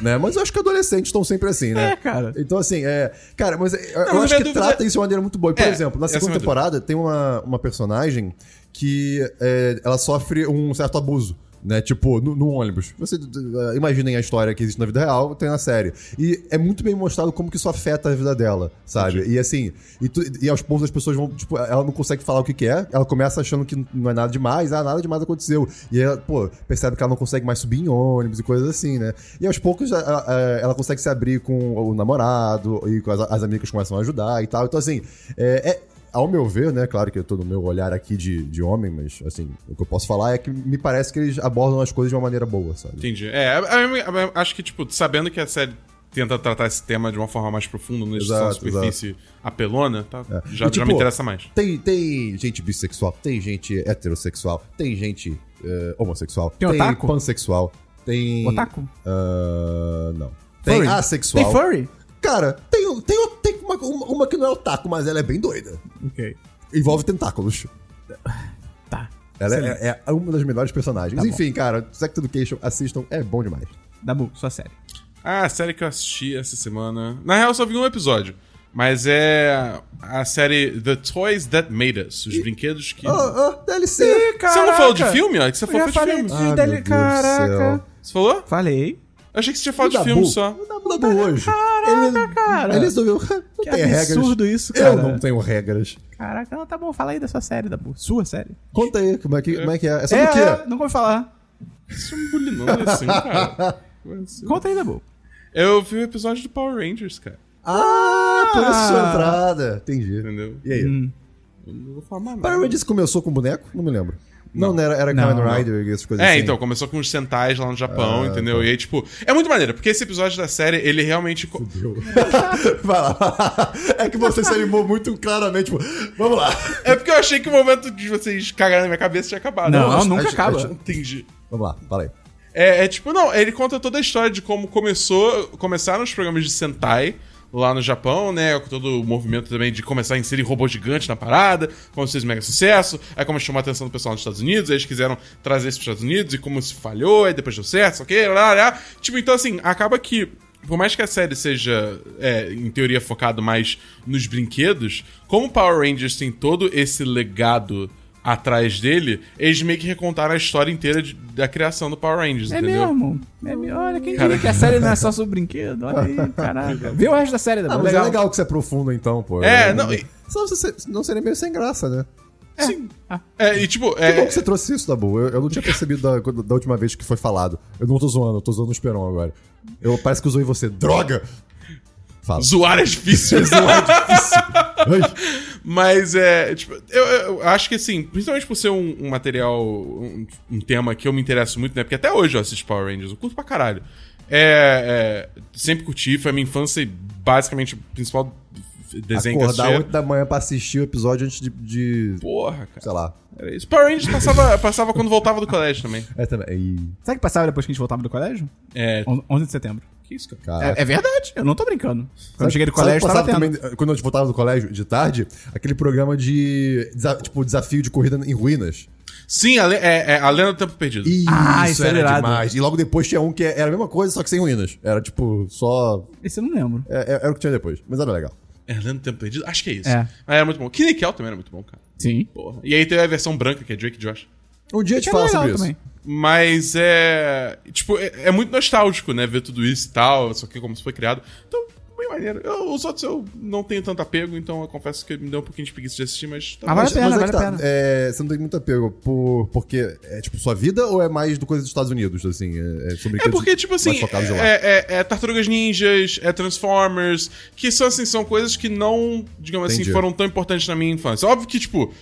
S2: né? Mas eu acho que adolescentes estão sempre assim, né?
S1: É, cara.
S2: Então, assim, é. Cara, mas é, eu
S3: mas
S2: acho
S3: a
S2: que
S3: minha dúvida
S2: trata isso de uma maneira muito boa. E, Por
S3: É,
S2: exemplo, na
S3: essa é a
S2: segunda
S3: minha
S2: temporada tem uma, uma personagem que é, ela sofre um certo abuso. Né, tipo, no, no ônibus. Você eh, imaginem a história que existe na vida real, tem na série. E é muito bem mostrado como que isso afeta a vida dela, sabe? E assim, e, tu- e aos poucos as pessoas vão, tipo, ela não consegue falar o que que é, ela começa achando que não é nada demais, ah, nada demais aconteceu. E ela, pô, percebe que ela não consegue mais subir em ônibus e coisas assim, né? E aos poucos a- a- a- ela consegue se abrir com o namorado e com as, as amigas começam a ajudar e tal. Então, assim, é- é- ao meu ver, né? Claro que eu tô no meu olhar aqui de, de homem, mas, assim, o que eu posso falar é que me parece que eles abordam as coisas de uma maneira boa, sabe?
S3: Entendi. É, a- a- a- acho que, tipo, sabendo que a série tenta tratar esse tema de uma forma mais profunda, não é só uma
S2: Exato,
S3: superfície apelona, tá?
S2: É.
S3: Já,
S2: E,
S3: já
S2: tipo,
S3: me interessa mais.
S2: Tem, tem gente bissexual, tem gente heterossexual, tem gente eh, homossexual,
S1: Tem otaku?
S2: pansexual, tem.
S1: Otaku?
S2: Ah, não. Tem
S1: Furry?
S2: assexual.
S1: Tem furry?
S2: Cara, tem, tem, tem uma, uma- uma que não é otaku, mas ela é bem doida.
S1: Ok.
S2: Envolve tentáculos.
S1: Tá.
S2: Ela é, é uma das melhores personagens.
S1: Tá bom.
S2: Enfim, cara, Sex Education, assistam, é bom demais.
S1: Dabu, sua série.
S3: Ah, a série que eu assisti essa semana. Na real, eu só vi um episódio. Mas é a série The Toys That Made Us. Os brinquedos que.
S2: Ah, ah, DLC!
S3: você não falou de filme? ó? que você
S1: Eu já
S3: falou foi de
S1: falei
S3: filme.
S1: de
S2: Ah, meu
S1: dele,
S2: Deus do
S1: caraca.
S2: céu.
S3: Você falou?
S1: Falei.
S3: Eu achei que você tinha
S2: O
S3: falado de
S2: Dabu-
S3: filme só.
S2: O Dabu, Dabu hoje. ele,
S1: cara.
S2: Ele resolveu.
S1: Que
S2: Não tem regras.
S1: absurdo isso,
S2: Eu
S1: cara.
S2: não tenho regras.
S1: Caraca, não, tá bom, fala aí da sua série, Dabu. Sua série.
S2: Conta aí, como é que é? Como é, que é? é sobre o
S1: é,
S2: quê?
S1: não vou falar.
S3: Isso é um bulinão assim, cara.
S1: Conta aí, Dabu.
S3: Eu vi o episódio do Power Rangers, cara.
S2: Ah, por isso sua entrada. Entendi.
S3: Entendeu?
S2: E aí?
S3: Eu não vou falar mais
S2: Power
S3: nada.
S2: Rangers começou com boneco? Não me lembro. Não, não era, era
S1: Não,
S2: Kamen
S1: não.
S2: Rider e essas coisas
S3: É,
S2: assim. Ah, tá.
S3: então, começou com os Sentais lá no Japão, entendeu? E aí, tipo, é muito maneiro, porque esse episódio da série, ele realmente. co-
S2: Vai lá. É que você se animou muito claramente. Tipo, vamos lá.
S3: É porque eu achei que o momento de vocês cagarem na minha cabeça tinha acabado.
S1: Não,
S3: Eu acho-
S1: nunca
S2: acho-
S1: acaba.
S2: acho-
S3: Entendi.
S2: Vamos lá, fala aí.
S3: É, é tipo, não, ele conta toda a história de como começou, começaram os programas de Sentai lá no Japão, né? Com todo o movimento também de começar a inserir robô gigante na parada, como se fez mega sucesso. Aí como chamou a atenção do pessoal nos Estados Unidos, aí eles quiseram trazer isso para Estados Unidos e como se falhou, aí depois deu certo, ok, lá, lá. Tipo, então assim, acaba que por mais que a série seja, é, em teoria, focado mais nos brinquedos, como Power Rangers tem todo esse legado atrás dele, eles meio que recontaram a história inteira de- da criação do Power Rangers,
S1: É
S3: entendeu?
S1: mesmo. É mesmo. Olha, quem diria que a série não é só sobre brinquedo? Olha aí, caraca. Vê o resto da série,
S2: Ah,
S1: da
S2: mas é legal que você aprofunda então, pô.
S3: É,
S2: Eu-
S3: não, e-
S2: Senão você se- não seria meio sem graça, né?
S3: Sim.
S1: Ah.
S3: É, e tipo,
S2: Que bom
S3: é,
S2: que você trouxe isso, Dabu. Eu, eu não tinha percebido da, quando- da última vez que foi falado. Eu não tô zoando, eu tô zoando o Esperon agora. Eu, parece que eu zoei você. Droga! Fala.
S3: zoar é difícil.
S2: Ai,
S3: Mas é, tipo, eu, eu acho que assim, principalmente por ser um, um material, um, um tema que eu me interesso muito, né? Porque até hoje eu assisto Power Rangers, eu curto pra caralho. É, é, sempre curti, foi a minha infância e basicamente o principal desenho que eu
S2: acordar
S3: assistia.
S2: 8 da manhã pra assistir o episódio antes de. de-
S3: Porra, cara.
S2: sei lá.
S3: Era isso. Power Rangers passava, passava quando voltava do colégio também.
S2: É também. Ih,
S1: Será que passava depois que a gente voltava do colégio?
S3: É,
S1: On- 11 de setembro.
S3: que isso, cara?
S2: caraca.
S1: É, é verdade, eu não tô brincando. Quando eu cheguei do
S2: Sabe
S1: colégio,
S2: que
S1: tava
S2: passava
S1: tendo.
S2: também, quando eu voltava do colégio de tarde, aquele programa de. desa- tipo, desafio de corrida em ruínas.
S3: Sim, a, le- é, é, a Lenda do Tempo Perdido.
S1: Ah, isso era irado.
S2: E logo depois tinha um que era a mesma coisa, só que sem ruínas. Era tipo, só.
S1: Esse eu não lembro.
S2: é- é- era o que tinha depois. Mas era legal.
S3: É a Lenda do Tempo Perdido? Acho que é isso.
S1: É.
S3: Mas era muito bom. Kid Nickel também era muito bom, cara.
S1: Sim.
S3: Porra. E aí teve a versão branca, que é Drake e Josh.
S2: Um dia eu
S1: Que
S2: te
S1: era
S2: falo
S1: é legal
S2: sobre
S1: também.
S2: isso.
S3: Mas é. Tipo, é, é muito nostálgico, né? Ver tudo isso e tal, só que como isso foi criado. Então, bem maneiro. Eu- os outros eu não tenho tanto apego, então eu confesso que me deu um pouquinho de preguiça de assistir, mas. Tá
S1: Ah,
S3: bom.
S1: vale a pena,
S2: mas
S1: vale
S2: que
S1: a
S2: tá.
S1: pena.
S2: É, você não tem muito apego por, porque é tipo sua vida ou é mais do coisa dos Estados Unidos, assim? É, é sobre
S3: É
S2: coisas
S3: porque, tipo assim,
S2: mais focados de lá.
S3: é, é- é Tartarugas Ninjas, é Transformers, que são assim, são coisas que não, digamos assim,
S2: Entendi.
S3: foram tão importantes na minha infância. Óbvio que, tipo,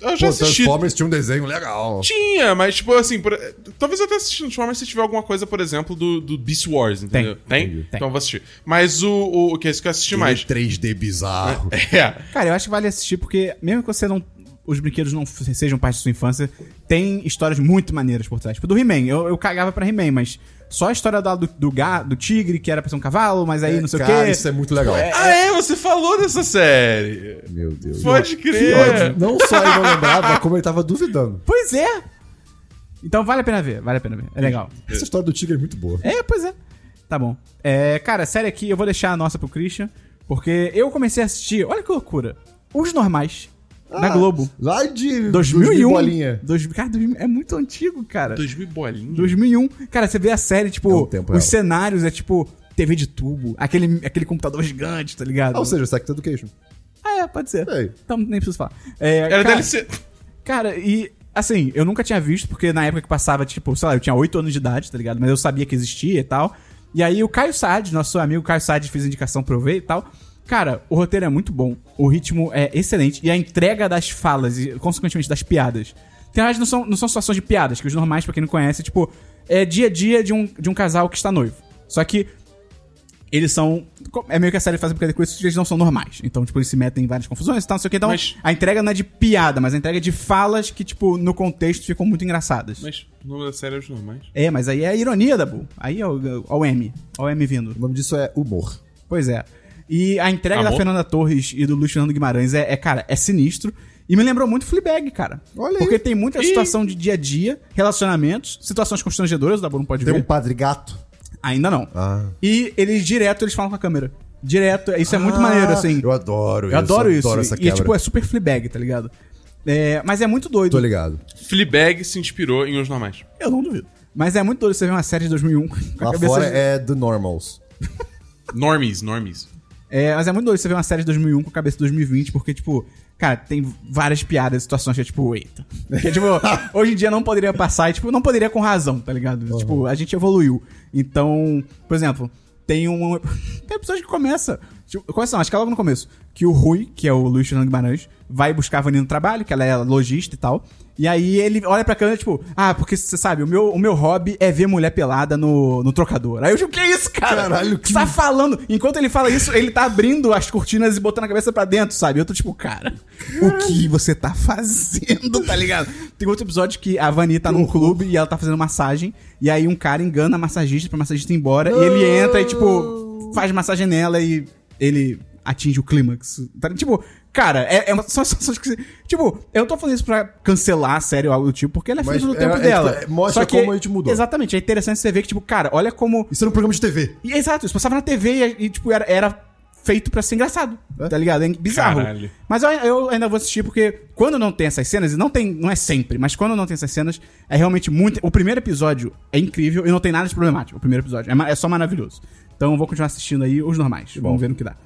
S3: eu já
S2: Pô,
S3: assisti
S2: Transformers tinha um desenho legal.
S3: Tinha, mas tipo assim, por- talvez eu até assista Transformers se tiver alguma coisa, por exemplo, do, do Beast Wars, entendeu? Tem?
S2: Entendi.
S3: Então eu vou assistir. Mas o, o, o que é isso que eu assisti mais?
S2: 3D bizarro.
S3: É.
S1: Cara, eu acho que vale assistir porque, mesmo que você não. Os brinquedos não f- sejam parte da sua infância, tem histórias muito maneiras por trás. Tipo, do He-Man. Eu, eu cagava pra He-Man, mas só a história da- do, do, ga- do tigre, que era pra ser um cavalo, mas aí não sei o
S2: Cara,
S1: quê.
S2: isso é muito legal.
S3: Ah, é? Você falou dessa série.
S2: Meu Deus.
S3: Pode
S2: Que
S3: crer.
S2: ódio. Não só ele não lembrava, como ele tava duvidando.
S1: Pois é! Então vale a pena ver, vale a pena ver. É legal.
S2: Essa história do tigre é muito boa.
S1: É, pois é. Tá bom. É, cara, série aqui, eu vou deixar a nossa pro Christian, porque eu comecei a assistir, olha que loucura, Os Normais, na
S2: Ah,
S1: Globo,
S2: Lá de
S1: 2001.
S2: bolinha.
S1: Dois, cara, 2000 é muito antigo, cara.
S3: 2000 bolinhas.
S1: 2001. Cara, você vê a série,
S2: É
S1: tipo,
S2: um tempo
S1: os
S2: real.
S1: cenários é tipo TV de tubo, aquele, aquele computador gigante, tá ligado?
S2: Ah, ou seja, Sex Education.
S1: Ah, é, pode ser.
S2: Sei.
S1: Então nem preciso falar. É,
S3: Era
S1: cara,
S3: DLC.
S1: Cara, e assim, eu nunca tinha visto, porque na época que passava, tipo, sei lá, eu tinha 8 anos de idade, tá ligado? Mas eu sabia que existia e tal. E aí o Caio Saad, nosso amigo Caio Saad, fez indicação pra eu ver e tal. Cara, o roteiro é muito bom, o ritmo é excelente, e a entrega das falas e, consequentemente, das piadas. Tem horas que não são, não são situações de piadas, que os normais, pra quem não conhece, tipo, é dia a dia de um, de um casal que está noivo. Só que eles são. É meio que a série faz um brincadeira com isso, eles não são normais. Então, tipo, eles se metem em várias confusões e tal, não sei o que. Então,
S3: Mas-
S1: a entrega não é de piada, mas a entrega é de falas que, tipo, no contexto ficam muito engraçadas.
S3: Mas o nome da série é os normais.
S1: É, mas aí é a ironia da Bu. Aí é o, o M. Ó o M vindo.
S2: O nome disso é humor.
S1: Pois é. E a entrega da
S3: Amor?
S1: Fernanda Torres e do Luiz Fernando Guimarães é, é, cara, é sinistro. E me lembrou muito Fleabag, cara.
S2: Olha aí.
S1: Porque tem muita
S3: Ih.
S1: situação de dia a dia, relacionamentos, situações constrangedoras, o Dabu não pode
S2: Tem
S1: ver.
S2: um padre gato.
S1: Ainda não.
S2: Ah.
S1: E eles direto, eles falam com a câmera. Direto, isso é muito maneiro, assim.
S2: Ah, Eu adoro
S1: Eu adoro isso.
S2: Adoro essa
S1: e,
S2: quebra.
S1: tipo, é super Fleabag, tá ligado? É, mas é muito doido.
S2: Tô ligado.
S3: Fleabag se inspirou em Os Normais.
S1: Eu não duvido. Mas é muito doido você ver uma série de 2001 com a
S2: Lá
S1: cabeça...
S2: fora
S1: de-
S2: é The Normals.
S3: Normies, normies.
S1: É, mas é muito doido você ver uma série de 2001 com a cabeça de 2020, porque, tipo... Cara, tem várias piadas, situações que é tipo, eita. Que, tipo, hoje em dia não poderia passar e, tipo, não poderia com razão, tá ligado?
S2: Uhum.
S1: Tipo, a gente evoluiu. Então, por exemplo, tem um... Tem episódio que começa... Tipo, quais são? Acho que é logo no começo. Que o Rui, que é o Luiz Fernando Guimarães, vai buscar a Vani no trabalho, que ela é lojista e tal. E aí ele olha pra câmera, tipo, ah, porque você sabe, o meu, o meu hobby é ver mulher pelada no, no trocador. Aí eu digo, que isso, cara?
S2: Caralho,
S1: que... Tá falando. Enquanto ele fala isso, ele tá abrindo as cortinas e botando a cabeça pra dentro, sabe? Eu tô tipo, cara, o que você tá fazendo, tá ligado? Tem outro episódio que a Vani tá num clube e ela tá fazendo massagem. E aí um cara engana a massagista pra massagista ir embora. E ele entra e, tipo, faz massagem nela e ele atinge o clímax. Tá? Tipo, cara, é, é uma, são são- são- Tipo, eu não tô falando isso pra cancelar a série ou algo do tipo, porque ela é
S2: Mas
S1: fruto do
S2: é-
S1: tempo
S2: é,
S1: dela.
S2: tipo, é, mostra como a gente mudou.
S1: Exatamente, é interessante você ver que, tipo, cara, olha como
S2: Isso era um programa de TV.
S1: e, exato, isso passava na TV e, e, tipo, era, era feito pra ser engraçado, tá ligado? É bizarro.
S3: Caralho.
S1: Mas eu, eu ainda vou assistir porque quando não tem essas cenas, e não tem, não é sempre, mas quando não tem essas cenas, é realmente muito... O primeiro episódio é incrível e não tem nada de problemático, o primeiro episódio. É, ma- é só maravilhoso. Então eu vou continuar assistindo aí os normais, vamos ver no que dá.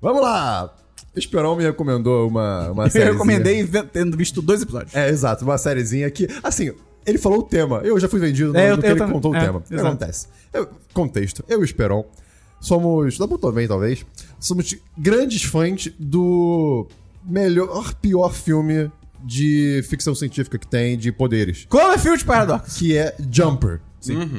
S2: Vamos lá! Esperão me recomendou uma, uma série.
S1: Eu recomendei ve- tendo visto dois episódios.
S2: É, exato, uma sériezinha que, assim, ele falou o tema, eu já fui vendido no,
S1: É, eu-
S2: no que
S1: eu
S2: ele
S1: também-
S2: contou
S1: é,
S2: o tema. O que
S1: exato.
S2: acontece? Eu- contexto, eu e o Esperon somos, da também, talvez, somos grandes fãs do melhor, pior filme de ficção científica que tem de poderes,
S1: Cloverfield Paradox.
S2: que é Jumper.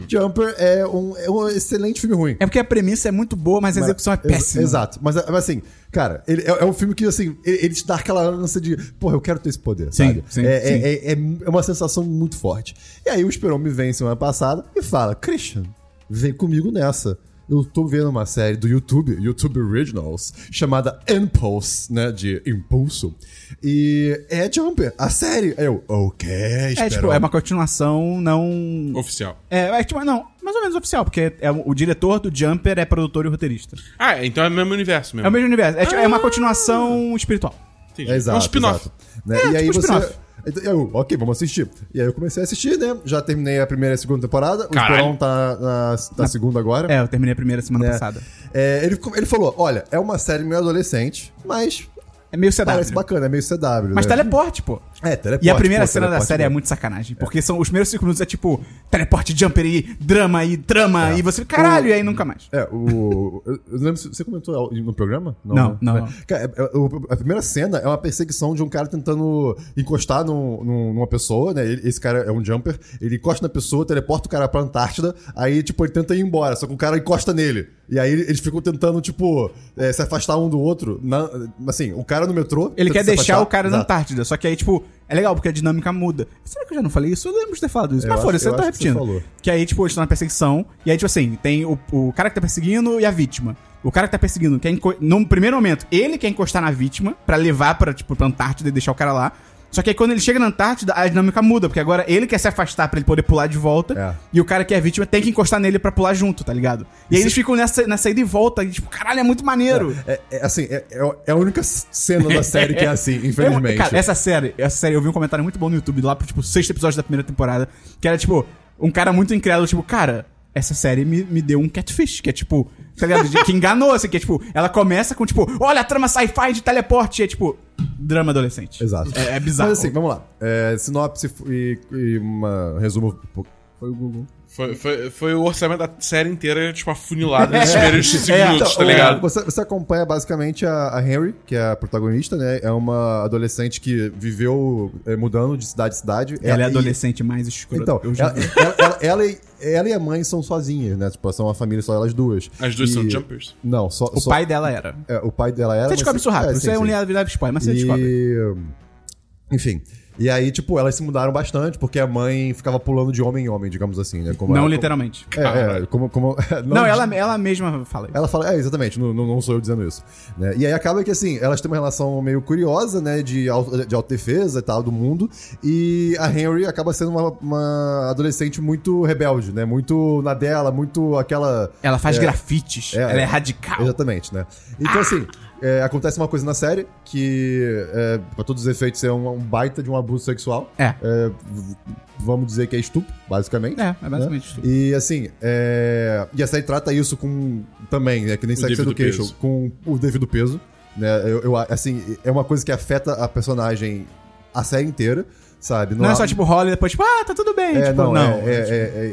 S2: Jumper é um, é um excelente filme ruim.
S1: É porque a premissa é muito boa, mas a execução é
S2: Ex-
S1: péssima.
S2: Exato. Mas, mas assim, cara, ele, é, é um filme que, assim, ele, ele te dá aquela ânsia de, porra, eu quero ter esse poder,
S1: Sim,
S2: sabe?
S1: sim,
S2: é, é-
S1: sim.
S2: É, é- é uma sensação muito forte. E aí o Esperon me vem semana passada e fala, Christian, vem comigo nessa. Eu tô vendo uma série do YouTube, YouTube Originals, chamada Impulse, né, de Impulso. E é Jumper, a série. Aí eu, ok, Esperon.
S1: É, tipo, é uma continuação não...
S3: Oficial.
S1: É, é tipo, não, mais ou menos oficial, porque é, o o diretor do Jumper é produtor e roteirista.
S3: Ah, então é o mesmo universo
S1: É
S3: mesmo.
S1: o mesmo universo. É, tipo, é uma continuação espiritual.
S3: Entendi.
S2: É, exato,
S3: um spin-off.
S2: exato. Né? e
S1: tipo
S2: aí
S1: um
S2: você.
S1: spin-off.
S2: Então, eu, ok, vamos assistir. E aí eu comecei a assistir, né? Já terminei a primeira e a segunda temporada. O
S3: Caralho.
S2: Esperão tá na, na segunda agora.
S1: É, eu terminei a primeira semana
S2: né?
S1: passada.
S2: É, ele, ele falou: olha, é uma série meio adolescente, mas
S1: É meio CW.
S2: parece bacana, é meio CW.
S1: Mas tá
S2: né?
S1: teleporte, pô.
S2: É, teleporte.
S1: E a primeira
S2: pô,
S1: cena da
S2: teleporte,
S1: série é
S2: né?
S1: muito sacanagem. Porque são os primeiros cinco minutos é tipo teleporte, jumper e drama e drama e você. Caralho, e aí nunca mais.
S2: É, o. eu- eu lembro, se- você comentou no programa?
S1: Não, não,
S2: né?
S1: não.
S2: Cara, é- é- o- a primeira cena é uma perseguição de um cara tentando encostar num- num- numa pessoa, né? Ele- esse cara é um jumper, ele encosta na pessoa, teleporta o cara pra Antártida, aí, tipo, ele tenta ir embora, só que o cara encosta nele. E aí eles ficam tentando, tipo, é, se afastar um do outro. na- assim, o cara no metrô.
S1: Ele
S2: tenta
S1: quer
S2: se
S1: deixar
S2: afastar.
S1: o cara na
S2: Exato.
S1: Antártida. Só que aí, tipo, é legal porque a dinâmica muda. Será que eu já não falei isso? Eu lembro de ter falado isso.
S2: Eu
S1: Mas
S2: acho-
S1: foda, você
S2: eu
S1: tá
S2: acho que você
S1: repetindo.
S2: falou.
S1: Que, aí, tipo, eles estão na perseguição. E aí, tipo assim, tem o, o cara que tá perseguindo e a vítima. O cara que tá perseguindo, quer enco- no primeiro momento, ele quer encostar na vítima pra levar pra, tipo, pra Antártida e deixar o cara lá. Só que aí, quando ele chega na Antártida, a dinâmica muda, porque agora ele quer se afastar pra ele poder pular de volta.
S2: É.
S1: E o cara que é a vítima tem que encostar nele pra pular junto, tá ligado? E aí eles ficam nessa, nessa ida e volta, e tipo, caralho, é muito maneiro.
S2: É, é, assim, é, é- é a única cena da série que é assim, infelizmente.
S1: Eu- cara, essa série, essa série, eu vi um comentário muito bom no YouTube lá pro, tipo, sexto episódio da primeira temporada, que era, tipo, um cara muito incrédulo, tipo, cara, essa série me, me deu um catfish, que é, tipo, tá ligado? De- que enganou, assim, que é, tipo, ela começa com, tipo, olha a trama sci-fi de teleporte, e é, tipo, drama adolescente.
S2: Exato.
S1: É, é bizarro.
S2: Mas assim, vamos lá. É, sinopse e, e uma resumo. um Foi o Google.
S3: Foi, foi, foi o orçamento da série inteira, tipo, afunilado nos primeiros cinco
S1: É,
S3: minutos, tá ligado?
S2: Então, Você, você acompanha basicamente a, a Henry, que é a protagonista, né? É uma adolescente que viveu é, mudando de cidade em cidade.
S1: Ela é
S2: e-
S1: adolescente mais escura.
S2: Então,
S1: eu já
S2: ela,
S1: vi.
S2: ela, ela- ela e, ela e a mãe são sozinhas, né? Tipo, são uma família, só elas duas.
S3: As duas
S2: é. E-
S3: são jumpers.
S2: Não, só. é,
S1: O pai dela era.
S2: o pai dela era.
S1: Você
S2: mas-
S1: descobre isso rápido,
S2: é,
S1: isso
S2: sim,
S1: é um
S2: sim.
S1: linha de spoiler, mas você
S2: e...
S1: descobre.
S2: Enfim. E aí, tipo, elas se mudaram bastante, porque a mãe ficava pulando de homem em homem, digamos assim, né? Como
S1: Não
S2: ela-
S1: literalmente.
S2: É, é, como. como
S1: Não, ela, ela mesma fala isso.
S2: Ela fala, é, exatamente, não, não- não sou eu dizendo isso. né? E aí acaba que, assim, elas têm uma relação meio curiosa, né, de, au- de autodefesa e tal, do mundo, e a Henry acaba sendo uma, uma adolescente muito rebelde, né, muito na dela, muito aquela...
S1: Ela faz
S2: É.
S1: grafites,
S2: É,
S1: ela é
S2: é.
S1: radical.
S2: Exatamente, né. Então, assim, é, acontece uma coisa na série que, é, pra todos os efeitos, é um, um baita de um abuso sexual.
S1: É.
S2: É, v- vamos dizer que é estupro, basicamente. né?
S1: É, é basicamente isso.
S2: E assim, é... e a série trata isso com. Também, né? Que nem
S3: O
S2: Sex
S3: devido
S2: Education,
S3: peso.
S2: com o devido peso. Né? Eu, eu, assim, é uma coisa que afeta a personagem a série inteira, sabe?
S1: Não, é
S2: há-
S1: só tipo rola e depois, tipo, ah, tá tudo bem.
S2: É,
S1: tipo,
S2: não,
S1: não.
S2: É, é,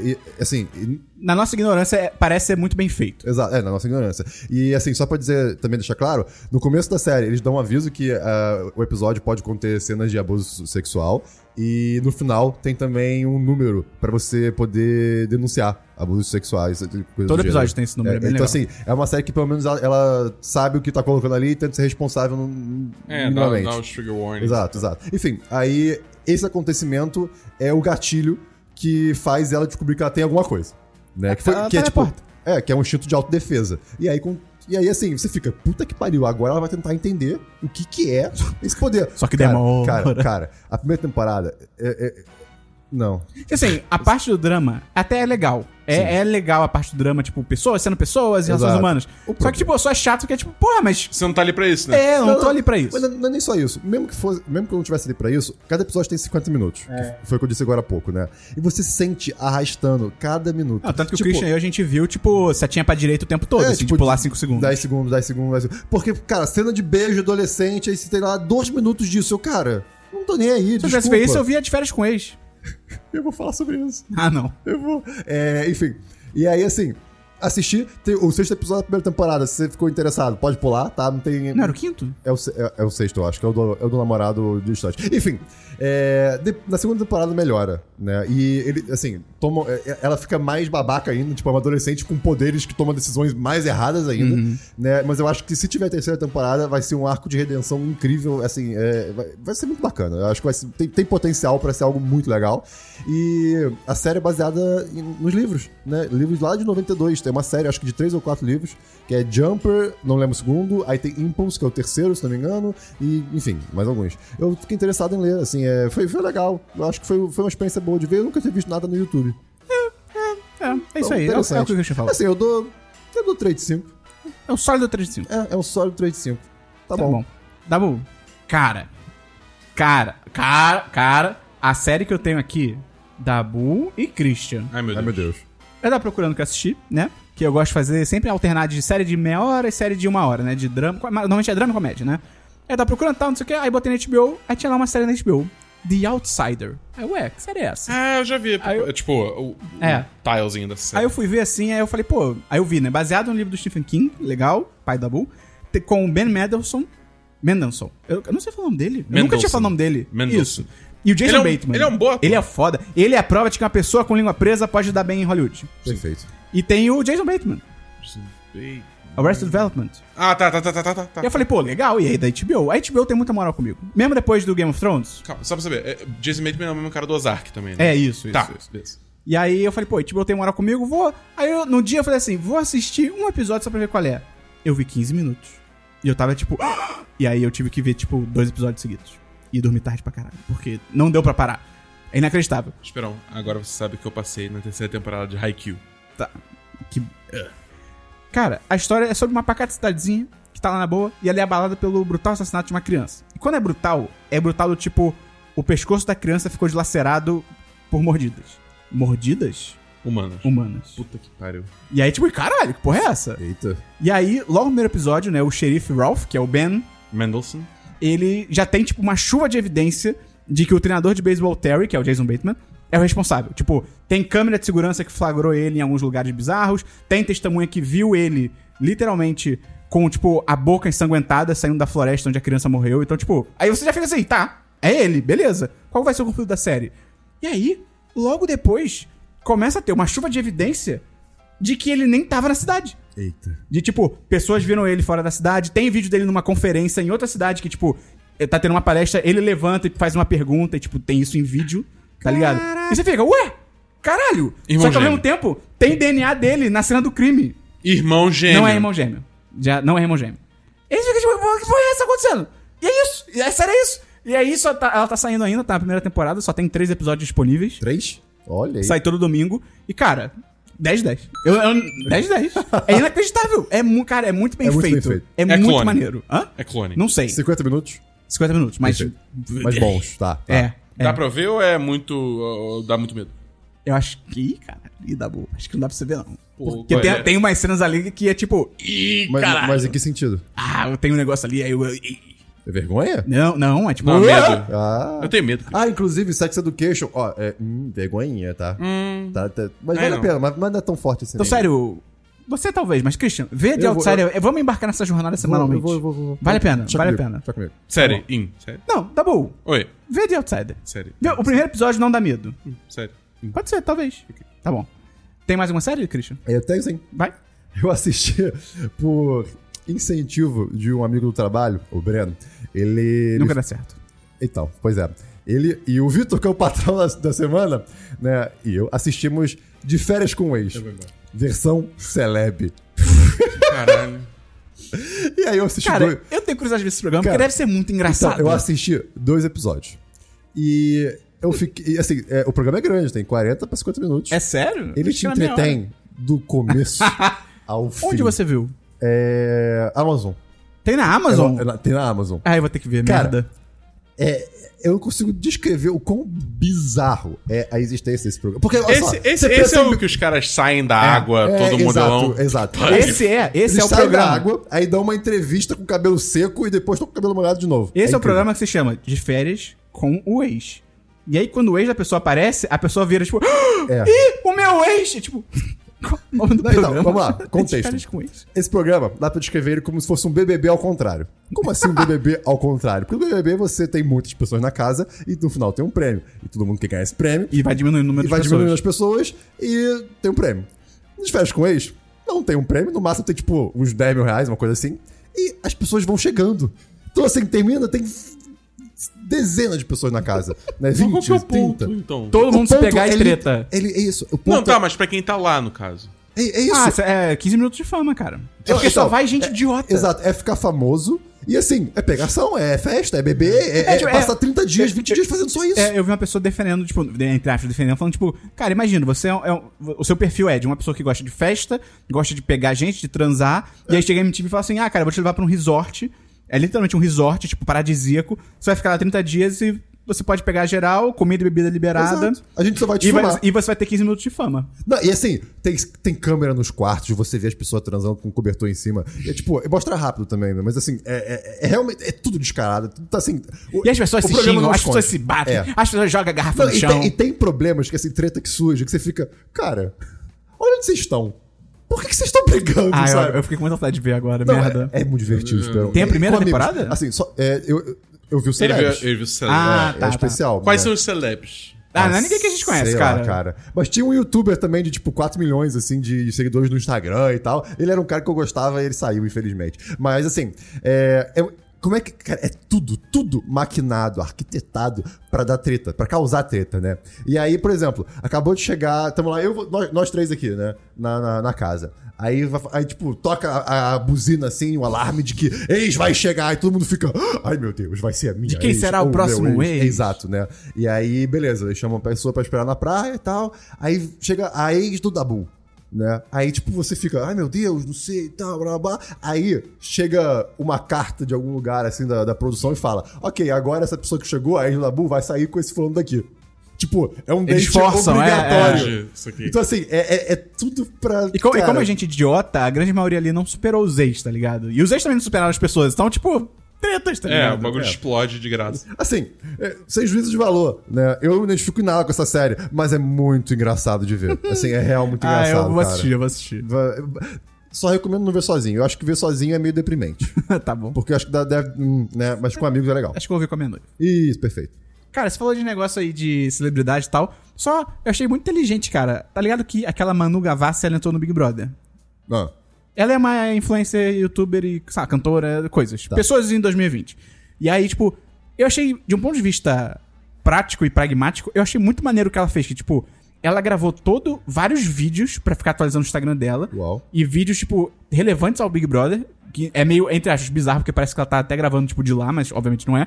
S2: é, é- assim, e-
S1: Na nossa ignorância, é- parece ser muito bem feito.
S2: Exato, é, na nossa ignorância. E assim, só pra dizer, também deixar claro, no começo da série, eles dão um aviso que ah, o episódio pode conter cenas de abuso sexual. E no final tem também um número pra você poder denunciar abusos sexuais. coisa do
S1: Todo
S2: gênero.
S1: episódio tem esse número, é,
S2: É,
S1: bem
S2: então,
S1: legal.
S2: assim, é uma série que pelo menos ela, ela sabe o que tá colocando ali e tenta ser responsável no,
S3: É, dá,
S2: minimamente.
S3: dá os trigger
S1: É
S3: warnings.
S2: Exato, exato. Enfim, aí esse acontecimento é o gatilho que faz ela descobrir que ela tem alguma coisa. Né? Que, foi,
S1: Ela
S2: que é
S1: tá na
S2: tipo.
S1: porta.
S2: É, que é um instinto de autodefesa. E aí, com E aí, assim, você fica, puta que pariu, agora ela vai tentar entender o que que é esse poder.
S1: Só que
S2: cara,
S1: demora.
S2: Cara, cara, a primeira temporada. é- é- não.
S1: Assim, a parte do drama até é legal. É, é legal a parte do drama, tipo, pessoas sendo pessoas, relações
S2: Exato.
S1: humanas.
S2: O
S1: Só
S2: problema-
S1: que, tipo, só é chato que é tipo, porra, mas.
S3: Você não tá ali pra isso, né?
S1: É, eu não,
S2: Não,
S1: tô
S2: não,
S1: ali pra isso.
S2: Mas não, não é nem só isso. Mesmo que, fosse, mesmo que eu não tivesse ali pra isso, cada episódio tem 50 minutos.
S1: É.
S2: que Foi o que eu disse agora há pouco, né? E você se sente arrastando cada minuto.
S1: Não, tanto que
S2: Tipo,
S1: o Christian e eu, a gente viu, tipo, setinha pra direita o tempo todo,
S2: É,
S1: assim,
S2: tipo,
S1: de pular 5 segundos.
S2: 10 segundos, 10 segundos, 10 segundos. Porque, cara, cena de beijo adolescente, aí você tem lá dois minutos disso. Eu, cara, não tô nem
S1: Se
S2: aí,
S1: eu
S2: desculpa.
S1: tivesse feito isso, eu via de férias com ex.
S2: eu vou falar sobre isso.
S1: Ah, não.
S2: Eu vou. É, enfim. E aí, assim, assisti tem o sexto episódio da primeira temporada. Se você ficou interessado, pode pular, tá? Não tem.
S1: Não era o quinto?
S2: É o, se- é- é o sexto, eu acho, que é o do, é o do namorado distante. Enfim, é, de- na segunda temporada melhora, né? E ele, assim, toma, é- é- ela fica mais babaca ainda, tipo, é uma adolescente com poderes que toma decisões mais erradas ainda, né? Mas eu acho que se tiver a terceira temporada, vai ser um arco de redenção incrível, assim, é, vai, vai ser muito bacana. Eu acho que vai ser- tem, tem potencial pra ser algo muito legal. E a série é baseada em- nos livros, né? Livros lá de 92, tem uma série, acho que de três ou quatro livros, que é Jumper, não lembro o segundo, aí tem Impulse, que é o terceiro, se não me engano, e enfim, mais alguns. Eu fiquei interessado em ler, assim, é, foi, foi legal. Eu acho que foi, foi uma experiência boa de ver, eu nunca tinha visto nada no YouTube.
S1: É, é isso
S2: Então,
S1: aí. É, o- é o que o Christian falou.
S2: Assim, eu dou. Eu dou 3 de 5.
S1: É o sólido 3 de 5.
S2: É, é um sólido 3 de 5. Tá,
S1: Tá
S2: bom.
S1: bom. Dabu, cara. Cara, cara, cara. A série que eu tenho aqui, Dabu e Christian.
S3: Ai, meu
S2: Ai,
S3: Deus.
S2: meu Deus.
S1: Eu tava procurando o que assistir, né? Que eu gosto de fazer sempre alternar de série de meia hora e série de uma hora, né? De drama. com- Normalmente é drama e comédia, né? Aí eu tava procurando tal, não sei o que. Aí botei na HBO, aí tinha lá uma série na HBO. The Outsider. Aí, ué, que série é essa?
S3: Ah, eu já vi.
S1: Aí eu-
S3: É, Tipo, o, o
S1: É.
S3: tilezinho dessa série.
S1: Aí eu fui ver assim, aí eu falei, pô, aí eu vi, né? Baseado no livro do Stephen King, legal, pai da Bull, te- com o Ben Mendelsohn. Mendelssohn. Eu, eu não sei falar o nome dele. Eu nunca tinha
S3: Mendelsohn.
S1: falado o nome dele.
S3: Mendelsohn.
S1: Isso. E o Jason
S3: Ele é um-
S1: Bateman.
S3: ele é um bom ator.
S1: Ele é foda. Ele é a prova de que uma pessoa com língua presa pode dar bem em Hollywood.
S2: Perfeito.
S1: E tem o Jason Bateman, Arrested Development.
S3: assim. Ah, tá, tá, tá, tá, tá, tá.
S1: E eu falei, pô, legal, e aí da HBO? A HBO tem muita moral comigo. Mesmo depois do Game of Thrones.
S3: Calma, só pra saber. é, Jason Bateman é o mesmo cara do Ozark também, né?
S1: É isso, isso,
S3: Tá,
S1: isso.
S3: beleza.
S1: E aí eu falei, pô, a HBO tem moral comigo, vou. Aí eu, num dia eu falei assim, vou assistir um episódio só pra ver qual é. Eu vi 15 minutos. E eu tava tipo. "Ah!" E aí eu tive que ver, tipo, dois episódios seguidos. E dormi tarde pra caralho. Porque não deu pra parar. É inacreditável.
S3: Esperão, agora você sabe que eu passei na terceira temporada de Haikyuu.
S1: Tá. Que. Cara, a história é sobre uma pacata cidadezinha que tá lá na boa e ela é abalada pelo brutal assassinato de uma criança. E quando é brutal, é brutal do tipo: o pescoço da criança ficou dilacerado por mordidas. Mordidas
S3: Humanos.
S1: humanas.
S3: Puta que pariu.
S1: E aí, tipo, caralho, que porra é essa?
S2: Eita.
S1: E aí, logo no primeiro episódio, né, o xerife Ralph, que é o Ben,
S3: Mendelssohn.
S1: ele já tem, tipo, uma chuva de evidência de que o treinador de beisebol Terry, que é o Jason Bateman, é o responsável. Tipo, tem câmera de segurança que flagrou ele em alguns lugares bizarros, tem testemunha que viu ele, literalmente, com, tipo, a boca ensanguentada saindo da floresta onde a criança morreu. Então, tipo, aí você já fica assim, tá, é ele, beleza. Qual vai ser o conflito da série? E aí, logo depois, começa a ter uma chuva de evidência de que ele nem tava na cidade.
S2: Eita.
S1: De tipo, pessoas viram ele fora da cidade, tem vídeo dele numa conferência em outra cidade que, tipo, eh, tá tendo uma palestra, ele levanta e faz uma pergunta, e, tipo, tem isso em vídeo, tá ligado? E você fica, ué? Caralho!
S3: Irmão
S1: Só que ao
S3: gêmeo.
S1: mesmo tempo, tem DNA dele na cena do crime.
S3: Irmão gêmeo.
S1: Não é irmão gêmeo. Já não é irmão gêmeo. Eles ficam tipo, "Pô, que porra é essa acontecendo? E é isso, e é sério é isso. E aí só tá- ela tá saindo ainda, tá na primeira temporada, só tem três episódios disponíveis.
S2: Três? Olha aí.
S1: Sai todo domingo. E, cara, 10 10. Eu, eu, 10 10. É inacreditável. É, mu- cara, é muito bem
S2: É muito
S1: feito.
S2: bem feito.
S1: É,
S3: É
S1: muito
S3: clone.
S1: maneiro. Hã?
S3: É clone.
S1: Não sei.
S2: 50 minutos?
S1: 50 minutos, mas.
S2: Perfeito. Mas bons, tá. tá.
S1: É. é.
S3: Dá pra ver ou é muito. ou dá muito medo?
S1: Eu acho que. Ih, cara. Ih, dá boa. Acho que não dá pra você ver, não.
S3: Pô,
S1: Porque
S3: qual
S1: tem,
S3: é?
S1: tem umas cenas ali que é tipo. Ih,
S2: Mas,
S1: caralho.
S2: mas em que sentido?
S1: Ah, eu tenho um negócio ali, aí eu. eu- ih.
S2: É vergonha?
S1: Não, não, é tipo.
S3: Não,
S1: "Ah!"
S3: medo.
S2: Ah.
S3: Eu tenho medo.
S2: Ah, inclusive, Sex Education, ó, é. Hum, vergonhinha, tá? Tá, tá- mas
S3: É,
S2: vale
S3: não.
S2: a pena, mas, mas não é tão forte assim.
S1: Então,
S2: não.
S1: sério. Você talvez, mas, Christian, vê The
S2: Eu vou-
S1: Outsider. É, Vamos embarcar nessa jornada semanalmente.
S2: Vou, vou, vou, vou.
S1: Vale a pena,
S2: Deixa
S1: vale a
S2: comigo,
S1: pena.
S2: deixa comigo.
S1: Tá
S3: Série. In. Série.
S1: Não, dá bom.
S3: Oi.
S1: Vê The Outsider.
S3: Série.
S1: Vê, o primeiro episódio não dá medo.
S3: Série. In.
S1: Pode ser, talvez. Tá bom. Tem mais uma série, Christian?
S2: É, até sim.
S1: Vai.
S2: Eu assisti por incentivo de um amigo do trabalho, o Breno. Ele.
S1: Nunca
S2: ele-
S1: dá certo.
S2: Então, pois é. Ele e o Vitor, que é o patrão da, da semana, né? E eu assistimos De Férias com o Ex. Versão Celeb.
S3: Caralho.
S2: E aí eu assisti
S1: Cara,
S2: dois.
S1: eu tenho curiosidade de ver esse programa,
S2: Cara,
S1: porque deve ser muito
S2: Então,
S1: engraçado.
S2: eu assisti dois episódios. E eu fiquei. e, Assim, é, o programa é grande, tem 40 pra 50 minutos.
S1: É sério?
S2: Ele
S1: Acho
S2: te
S1: que era meia hora.
S2: entretém do começo ao fim.
S1: Onde você viu?
S2: É. Amazon.
S1: Tem na
S2: É
S1: Amazon?
S2: na- é na- tem na Amazon.
S1: Ah, eu vou ter que ver,
S2: Cara,
S1: merda.
S2: É, eu não consigo descrever o quão bizarro é a existência desse programa. Porque, olha só,
S3: Esse, esse,
S2: você
S3: esse
S2: pensa
S3: é
S2: em-
S3: o que os caras saem da água,
S2: É,
S3: todo modelão.
S2: Exato, exato.
S1: Esse é, esse
S2: Eles
S1: é o
S2: saem
S1: programa.
S2: da água, aí dão uma entrevista com o cabelo seco e depois estão com o cabelo molhado de novo.
S1: Esse é,
S2: incrível.
S1: o programa que se chama De Férias com o Ex. E aí, quando o ex da pessoa aparece, a pessoa vira tipo.
S2: É.
S1: Ih, o meu ex! E, tipo. qual o nome do
S2: Não, então,
S1: programa?
S2: vamos lá,
S1: De
S2: contexto.
S1: Férias com o Ex.
S2: Esse programa dá pra descrever ele como se fosse um BBB ao contrário. Como assim um BBB ao contrário? Porque no BBB você tem muitas pessoas na casa e no final tem um prêmio. E todo mundo quer ganhar esse prêmio.
S1: E vai diminuindo o número
S2: e
S1: de
S2: vai
S1: pessoas.
S2: diminuindo as pessoas e tem um prêmio. Nos férias com ex, não tem um prêmio, no máximo tem tipo uns 10 mil reais, uma coisa assim, e as pessoas vão chegando. Então assim, termina, tem dezenas de pessoas na casa, né?
S3: Mas qual
S2: 20,
S3: que é o
S2: 30.
S3: ponto, então?
S1: Todo
S2: O
S1: mundo se
S2: ponto,
S1: pegar e
S2: ele-
S1: treta.
S2: Ele, é isso, o ponto
S3: Não, tá, mas pra quem tá lá, no caso.
S2: é, é isso.
S1: Ah, é 15 minutos de fama, cara. É
S2: Eu-
S1: porque
S2: então,
S1: só vai gente idiota.
S2: Exato, é ficar famoso e assim, é pegação, é festa, é beber, é,
S1: É, tipo,
S2: é passar
S1: é-
S2: 30 dias,
S1: é-
S2: 20 dias fazendo só isso.
S1: É, eu vi uma pessoa defendendo, tipo, de- entre aspas, defendendo, falando, tipo, cara, imagina, você é, um- é um- o seu perfil é de uma pessoa que gosta de festa, gosta de pegar gente, de transar, e aí chega a MTV e fala assim, ah, cara, eu vou te levar pra um resort, é literalmente um resort, tipo, paradisíaco, você vai ficar lá 30 dias e você pode pegar geral, comida e bebida liberada,
S2: Exato. A gente só vai te
S1: e, vai-
S2: filmar.
S1: e você vai ter 15 minutos de fama.
S2: Não, e assim, tem, tem câmera nos quartos, você vê as pessoas transando com cobertor em cima. É tipo, mostra rápido também, né? Mas assim, é, é- é realmente. É tudo descarado. Tudo tá assim. o-
S1: E as pessoas
S2: o
S1: se
S2: programa
S1: xingam,
S2: não
S1: as
S2: esconde.
S1: pessoas se batem,
S2: É.
S1: as pessoas jogam a garrafa
S2: Não,
S1: no
S2: e,
S1: chão.
S2: tem, e tem problemas que assim, treta que surge, que você fica. Cara, olha onde vocês estão. Por que, que vocês estão brigando,
S1: Ah, eu,
S2: um sabe?
S1: eu fiquei com muita vontade de ver agora,
S2: Não,
S1: merda.
S2: é, é muito divertido, espero.
S1: Tem a primeira
S2: Com amigos.
S1: temporada?
S2: Assim, só. é, eu, eu- eu vi o
S3: Hum. Ele
S2: Celebs.
S3: viu, ele viu celebs.
S1: Ah,
S2: É
S1: tá, tá.
S2: especial.
S3: Quais
S2: né?
S3: são os celebs?
S1: Ah, não é ninguém que a gente conhece,
S2: Sei lá,
S1: cara.
S2: Mas tinha um youtuber também de tipo 4 milhões assim de seguidores no Instagram e tal. Ele era um cara que eu gostava e ele saiu, infelizmente. Mas assim, é, é- como é que. Cara, é tudo, tudo maquinado, arquitetado pra dar treta, pra causar treta, né? E aí, por exemplo, acabou de chegar. Tamo lá, eu, vou- nós, nós três aqui, né? Na, na, na casa. Aí, vai- aí, tipo, toca a, a buzina assim, o alarme de que ex vai chegar, e todo mundo fica. Ai meu Deus, vai ser a minha. De
S1: quem será o próximo ex?
S2: Exato, né? E aí, beleza, eles chamam a pessoa pra esperar na praia e tal. Aí chega a ex do Dabu, né? Aí, tipo, você fica, ai meu Deus, não sei e tal, blá blá. blá. Aí chega uma carta de algum lugar, assim, da, da produção e fala: ok, agora essa pessoa que chegou, a ex do Dabu, vai sair com esse fulano daqui. Tipo, é um
S1: Eles
S2: date
S1: forçam, é,
S2: obrigatório.
S3: Hoje, Isso aqui.
S2: Então, assim, é, é- é tudo pra.
S1: E, co- e
S2: cara,
S1: como a gente é idiota, a grande maioria ali não superou os ex, tá ligado? E os ex também não superaram as pessoas. Então, tipo, tretas, tá
S3: É,
S1: ligado?
S3: o bagulho explode de graça.
S2: Assim, é, sem juízo de valor, né? Eu não me identifico em nada com essa série, mas é muito engraçado de ver. Assim, é real muito
S1: Ah,
S2: engraçado.
S1: eu vou
S2: cara.
S1: assistir, eu vou assistir.
S2: Va- Só recomendo não ver sozinho. Eu acho que ver sozinho é meio deprimente.
S1: tá bom.
S2: Porque eu acho que dá, deve. hum, né? Mas com amigos é legal.
S1: Acho que eu vou ver com a minha noiva.
S2: Isso, perfeito.
S1: Cara, você falou de negócio aí de celebridade e tal. Só, eu achei muito inteligente, cara. Tá ligado que aquela Manu Gavassi, ela entrou no Big Brother.
S2: Ah,
S1: Ela é uma influencer, youtuber e, sei lá, cantora, coisas. Pessoas em 2020. E aí, tipo, eu achei, de um ponto de vista prático e pragmático, eu achei muito maneiro o que ela fez. Que, tipo, ela gravou todo, vários vídeos pra ficar atualizando o Instagram dela.
S2: Uau.
S1: E vídeos, tipo, relevantes ao Big Brother. Que é meio, entre aspas, bizarro, porque parece que ela tá até gravando, tipo, de lá, mas obviamente não é.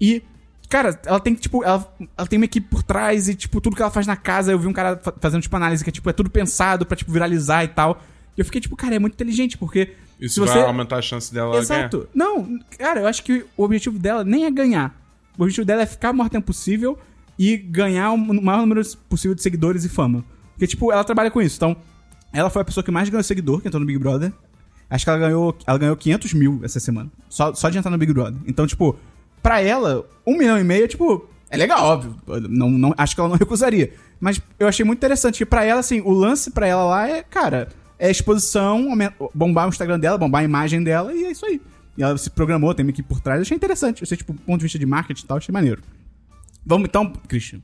S1: E, cara, ela tem, tipo, ela, ela tem uma equipe por trás e, tipo, tudo que ela faz na casa. Eu vi um cara fa- fazendo, tipo, análise que é, tipo, é tudo pensado pra, tipo, viralizar e tal. E eu fiquei, tipo, cara, é muito inteligente, porque.
S3: Isso vai aumentar a chance dela
S1: Exato. Não, cara, eu acho que o objetivo dela nem é ganhar. O objetivo dela é ficar o maior tempo possível e ganhar o maior número possível de seguidores e fama. Porque, tipo, ela trabalha com isso. Então, ela foi a pessoa que mais ganhou seguidor que entrou no Big Brother. Acho que ela ganhou, ela ganhou 500 mil essa semana. Só, só de entrar no Big Brother. Então, tipo, pra ela, um milhão e meio, é, tipo, é legal, óbvio. Não, não, acho que ela não recusaria. Mas eu achei muito interessante que pra ela, assim, o lance pra ela lá é, cara, é exposição, aumen- bombar o Instagram dela, bombar a imagem dela e é isso aí. E ela se programou, tem uma equipe por trás. Eu achei interessante. Eu sei, tipo, do ponto de vista de marketing e tal, achei maneiro. Vamos então, Christian,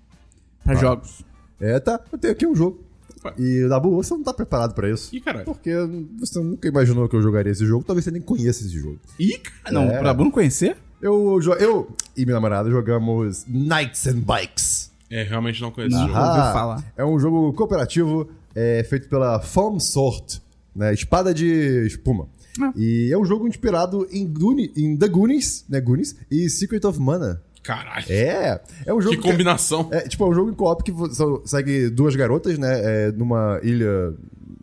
S1: pra jogos.
S2: É, tá. Eu tenho aqui um jogo.
S3: Ué.
S2: E, Dabu, você não tá preparado pra isso.
S3: Ih, caralho.
S2: Porque você nunca imaginou que eu jogaria esse jogo. Talvez você nem conheça esse jogo.
S1: Ih, cara, não,
S2: É.
S1: pra não conhecer?
S2: Eu, jo- eu e minha namorada jogamos Knights and Bikes.
S3: ganhar. É, realmente não conheço o
S1: Aham.
S3: jogo.
S1: ouviu falar.
S2: É um jogo cooperativo é, feito pela Foam Sort, né? Espada de espuma.
S1: Ah.
S2: E é um jogo inspirado em, Gooni- em The Goonies, né, Goonies, e Secret of Mana.
S3: Caralho.
S2: É, é um jogo
S3: que combinação.
S2: É, tipo, é um jogo em co-op que vo- são- segue duas garotas, né? é, numa ilha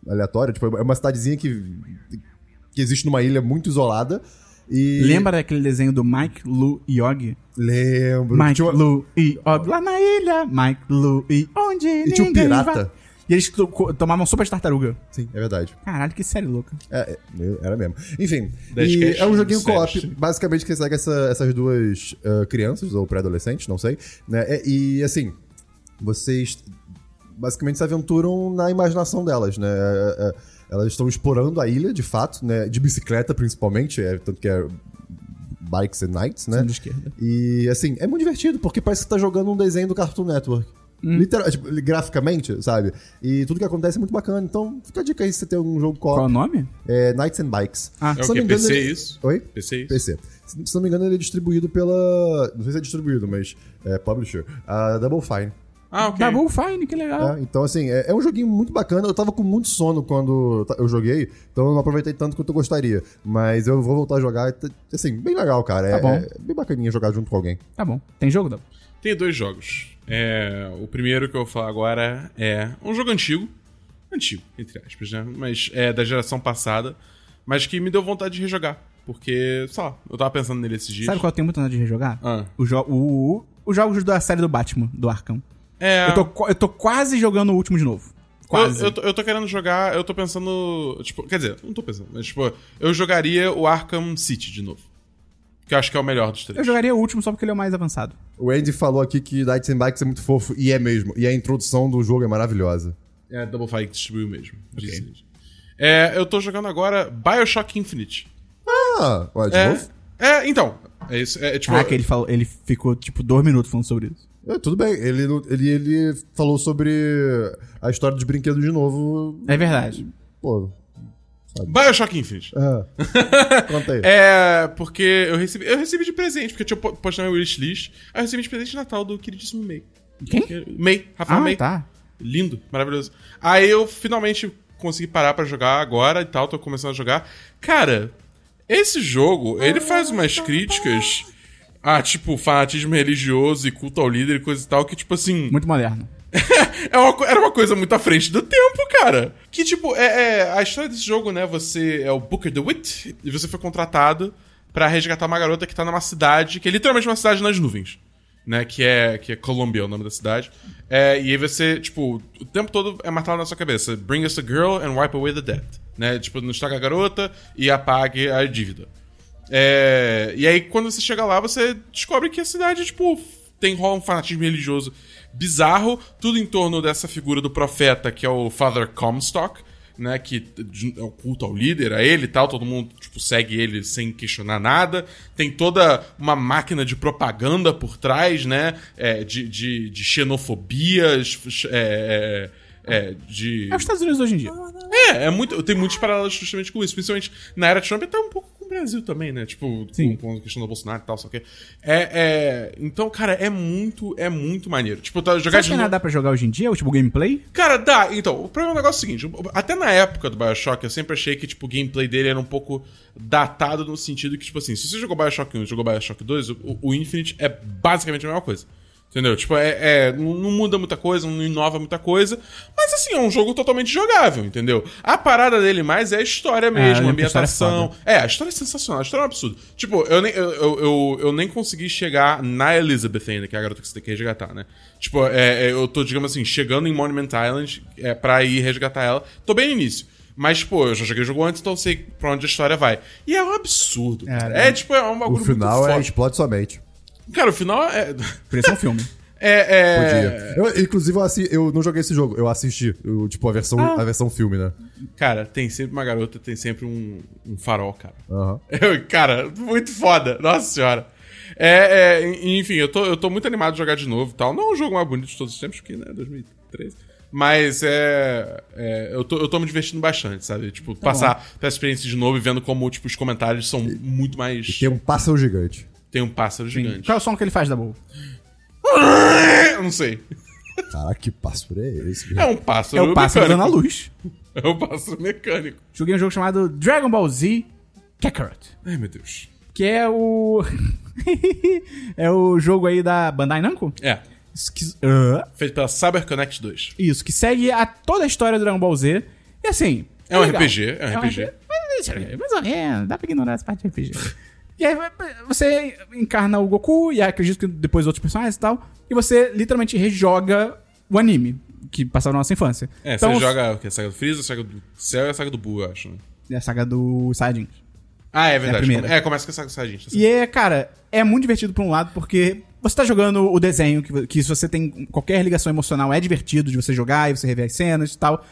S2: aleatória. Tipo, é uma cidadezinha que, que existe numa ilha muito isolada. E...
S1: Lembra daquele desenho do Mike, Lu e Og?
S2: Lembro.
S1: Mike,
S2: Tinha uma-
S1: Lu e Og. Lá na ilha, Mike, Lu e onde
S2: E tinha um
S1: ninguém
S2: pirata.
S1: vai. E eles to- co- tomavam sopa de tartaruga.
S2: Sim, é verdade.
S1: Caralho, que série louca.
S2: É, é, era mesmo. Enfim,
S3: Dez
S2: e
S3: caixas
S2: é um joguinho
S3: de séries,
S2: co-op,
S3: sim.
S2: basicamente, que segue essa- essas duas ah, crianças, ou pré-adolescentes, não sei. Né? é, E, assim, vocês basicamente se aventuram na imaginação delas, né? É, é, Elas estão explorando a ilha, de fato, né? De bicicleta, principalmente, é, tanto que é Bikes and Nights, né?
S1: Sendo esquerda.
S2: E, assim, é muito divertido, porque parece que tá jogando um desenho do Cartoon Network. Literal, tipo, graficamente, sabe? E tudo que acontece é muito bacana. Então, fica a dica aí se você tem algum jogo co-op.
S1: Qual o nome?
S2: É, Nights and Bikes.
S1: Ah.
S2: Se
S3: É o
S2: não
S3: quê?
S2: me engano,
S3: PC
S2: ele-
S3: isso?
S2: Oi?
S3: PC é isso?
S2: PC. Se se não me engano, ele é distribuído pela. Não sei se é distribuído, mas é publisher. A Double Fine.
S3: Ah, ok.
S1: Double Fine, que legal.
S2: né? Então, assim, é, é um joguinho muito bacana. Eu tava com muito sono quando ta- eu joguei, então eu não aproveitei tanto quanto eu gostaria. Mas eu vou voltar a jogar. Tá- Assim, bem legal, cara.
S1: Tá
S2: é,
S1: bom.
S2: é bem bacaninha jogar junto com alguém.
S1: Tá bom. Tem jogo, Double?
S3: Tem dois jogos. É, o primeiro que eu vou falar agora é um jogo antigo. Antigo, entre aspas, né? Mas é da geração passada. Mas que me deu vontade de rejogar. Porque, sei lá, eu tava pensando nele esses dias.
S1: Sabe qual eu tenho muita vontade de rejogar?
S3: Ah.
S1: O jo- o- o- os jogos da série do Batman, do Arkham.
S3: É,
S1: Eu, tô, qua- eu tô quase jogando o último de novo. Quase.
S3: Eu, eu tô, eu tô querendo jogar, eu tô pensando. Tipo, quer dizer, não tô pensando, mas tipo, eu jogaria o Arkham City de novo. Que eu acho que é o melhor dos três.
S1: Eu jogaria o último só porque ele é o mais avançado.
S2: O Andy falou aqui que Nights and Bikes é muito fofo, e é mesmo. E a introdução do jogo é maravilhosa.
S3: É, Double Fine que distribuiu mesmo. disse eles. É, eu tô jogando agora Bioshock Infinite.
S2: Ah, ué, de
S3: É,
S2: novo?
S3: é, então. É isso. É, é, tipo,
S1: Caraca, ele, falou, ele ficou tipo dois minutos falando sobre isso.
S2: É, tudo bem, ele, não- ele, ele falou sobre a história dos brinquedos de novo.
S1: É verdade.
S2: Pô,
S3: Bioshock Infinite.
S2: é. conta aí.
S3: É, porque eu recebi, eu recebi de presente, porque eu tinha po- postado meu wishlist. Aí eu recebi de presente de Natal do queridíssimo May.
S1: Quem?
S3: May, Rafael
S1: Ah,
S3: May.
S1: tá.
S3: Lindo, maravilhoso. Aí eu finalmente consegui parar pra jogar agora e tal, tô começando a jogar. Cara, esse jogo, ele faz umas críticas a, tipo, fanatismo religioso e culto ao líder e coisa e tal, que, tipo assim.
S1: Muito moderno.
S3: É uma co- era uma coisa muito à frente do tempo, cara. Que, tipo, é, é- a história desse jogo, né? Você é o Booker DeWitt e você foi contratado pra resgatar uma garota que tá numa cidade, que é literalmente uma cidade nas nuvens, né? Que é, que é Columbia, o nome da cidade. É, e aí você, tipo, o tempo todo é martelo na sua cabeça. Bring us a girl and wipe away the debt. Né? Tipo, não estraga a garota e apague a dívida. É, e aí, quando você chega lá, você descobre que a cidade, tipo, tem rola um fanatismo religioso bizarro, tudo em torno dessa figura do profeta, que é o Father Comstock, né? Que de- é o culto ao líder, a ele e tal, todo mundo, tipo, segue ele sem questionar nada. Tem toda uma máquina de propaganda por trás, né? é, de, de, de xenofobia, x- é, é, é, de...
S1: É os Estados Unidos hoje em dia.
S3: É, é muito, tem muitos paralelos justamente com isso, principalmente na era Trump e até um pouco com o Brasil também, né? Tipo, com,
S1: Sim.
S3: com a questão do Bolsonaro e tal, só que. É, é, então, cara, é muito, é muito maneiro. Tipo, tá,
S1: Você
S3: jogar
S1: acha
S3: de
S1: que é
S3: novo.
S1: nada dá pra jogar hoje em dia? Ou, tipo, gameplay?
S3: Cara, dá. Então, o problema é o negócio seguinte. Até na época do Bioshock, eu sempre achei que, tipo, o gameplay dele era um pouco datado no sentido que, tipo assim, se você jogou Bioshock 1 e jogou Bioshock 2, o, o Infinite é basicamente a mesma coisa. Entendeu? Tipo, é, é- não não muda muita coisa, não inova muita coisa, mas assim, é um jogo totalmente jogável, entendeu? A parada dele mais é a história mesmo,
S1: a
S3: a
S1: história é foda.
S3: ambientação, é, a história é sensacional, a história é um absurdo. Tipo, eu nem, eu, eu, eu- eu nem consegui chegar na Elizabeth ainda, que é a garota que você tem que resgatar, né? Tipo, é, é, eu tô, digamos assim, chegando em Monument Island é, pra ir resgatar ela. Tô bem no início. Mas, pô, eu já joguei o jogo antes, então eu sei pra onde a história vai. E é um absurdo. cara.
S1: Caramba.
S3: É, tipo, é um
S2: né? O
S3: bagulho
S2: final é
S3: muito
S2: tipo-
S3: foda.
S2: explode somente.
S3: Cara, o final é.
S1: Por isso é um filme.
S3: É. é...
S2: Podia. Eu, inclusive, eu, assi- eu não joguei esse jogo, eu assisti, eu, tipo, a versão, a versão filme, né?
S3: Cara, tem sempre uma garota, tem sempre um, um farol, cara.
S2: Aham.
S3: Eu- cara, muito foda. Nossa senhora. É, é, en- enfim, eu tô, eu tô muito animado de jogar de novo e tal. Não é o jogo mais bonito de todos os tempos, porque, né, 2013. Mas é. é, eu, tô, eu tô me divertindo bastante, sabe? Tipo, passar pela experiência de novo e vendo como, tipo, os comentários são muito mais.
S2: Tem um pássaro gigante.
S3: Tem um pássaro gigante.
S1: Qual é o som que ele faz, Dabu?
S3: Eu não sei.
S2: Caraca, que pássaro é esse?
S3: É
S2: bicho?
S3: um pássaro.
S1: Eu passo
S3: mecânico.
S1: dando a luz.
S3: É um pássaro mecânico.
S1: Joguei um jogo chamado Dragon Ball Z Kakarot.
S3: Ai, meu Deus.
S1: Que é o. é o jogo aí da Bandai Namco?
S3: É.
S1: Isso que- Ah.
S3: Feito pela Cyber Connect 2.
S1: Isso, que segue a toda a história do Dragon Ball Z. E assim.
S3: É um RPG, é um RPG.
S1: Mas, mais ou menos, dá pra ignorar essa parte de RPG. e aí você encarna o Goku, e aí acredito que depois outros personagens e tal. E você literalmente rejoga o anime que passava na nossa infância. Então,
S3: É, você joga o quê? A saga do Freeza, a saga do Cell e a saga do Buu, eu acho. né?
S1: É a saga do Saiyajin.
S3: Ah, é verdade.
S1: primeira.
S3: É, começa com a saga do Saiyajin. tá certo.
S1: E é, cara, é muito divertido por um lado, porque você tá jogando o desenho, que, que se você tem qualquer ligação emocional, é divertido de você jogar e você rever as cenas e tal.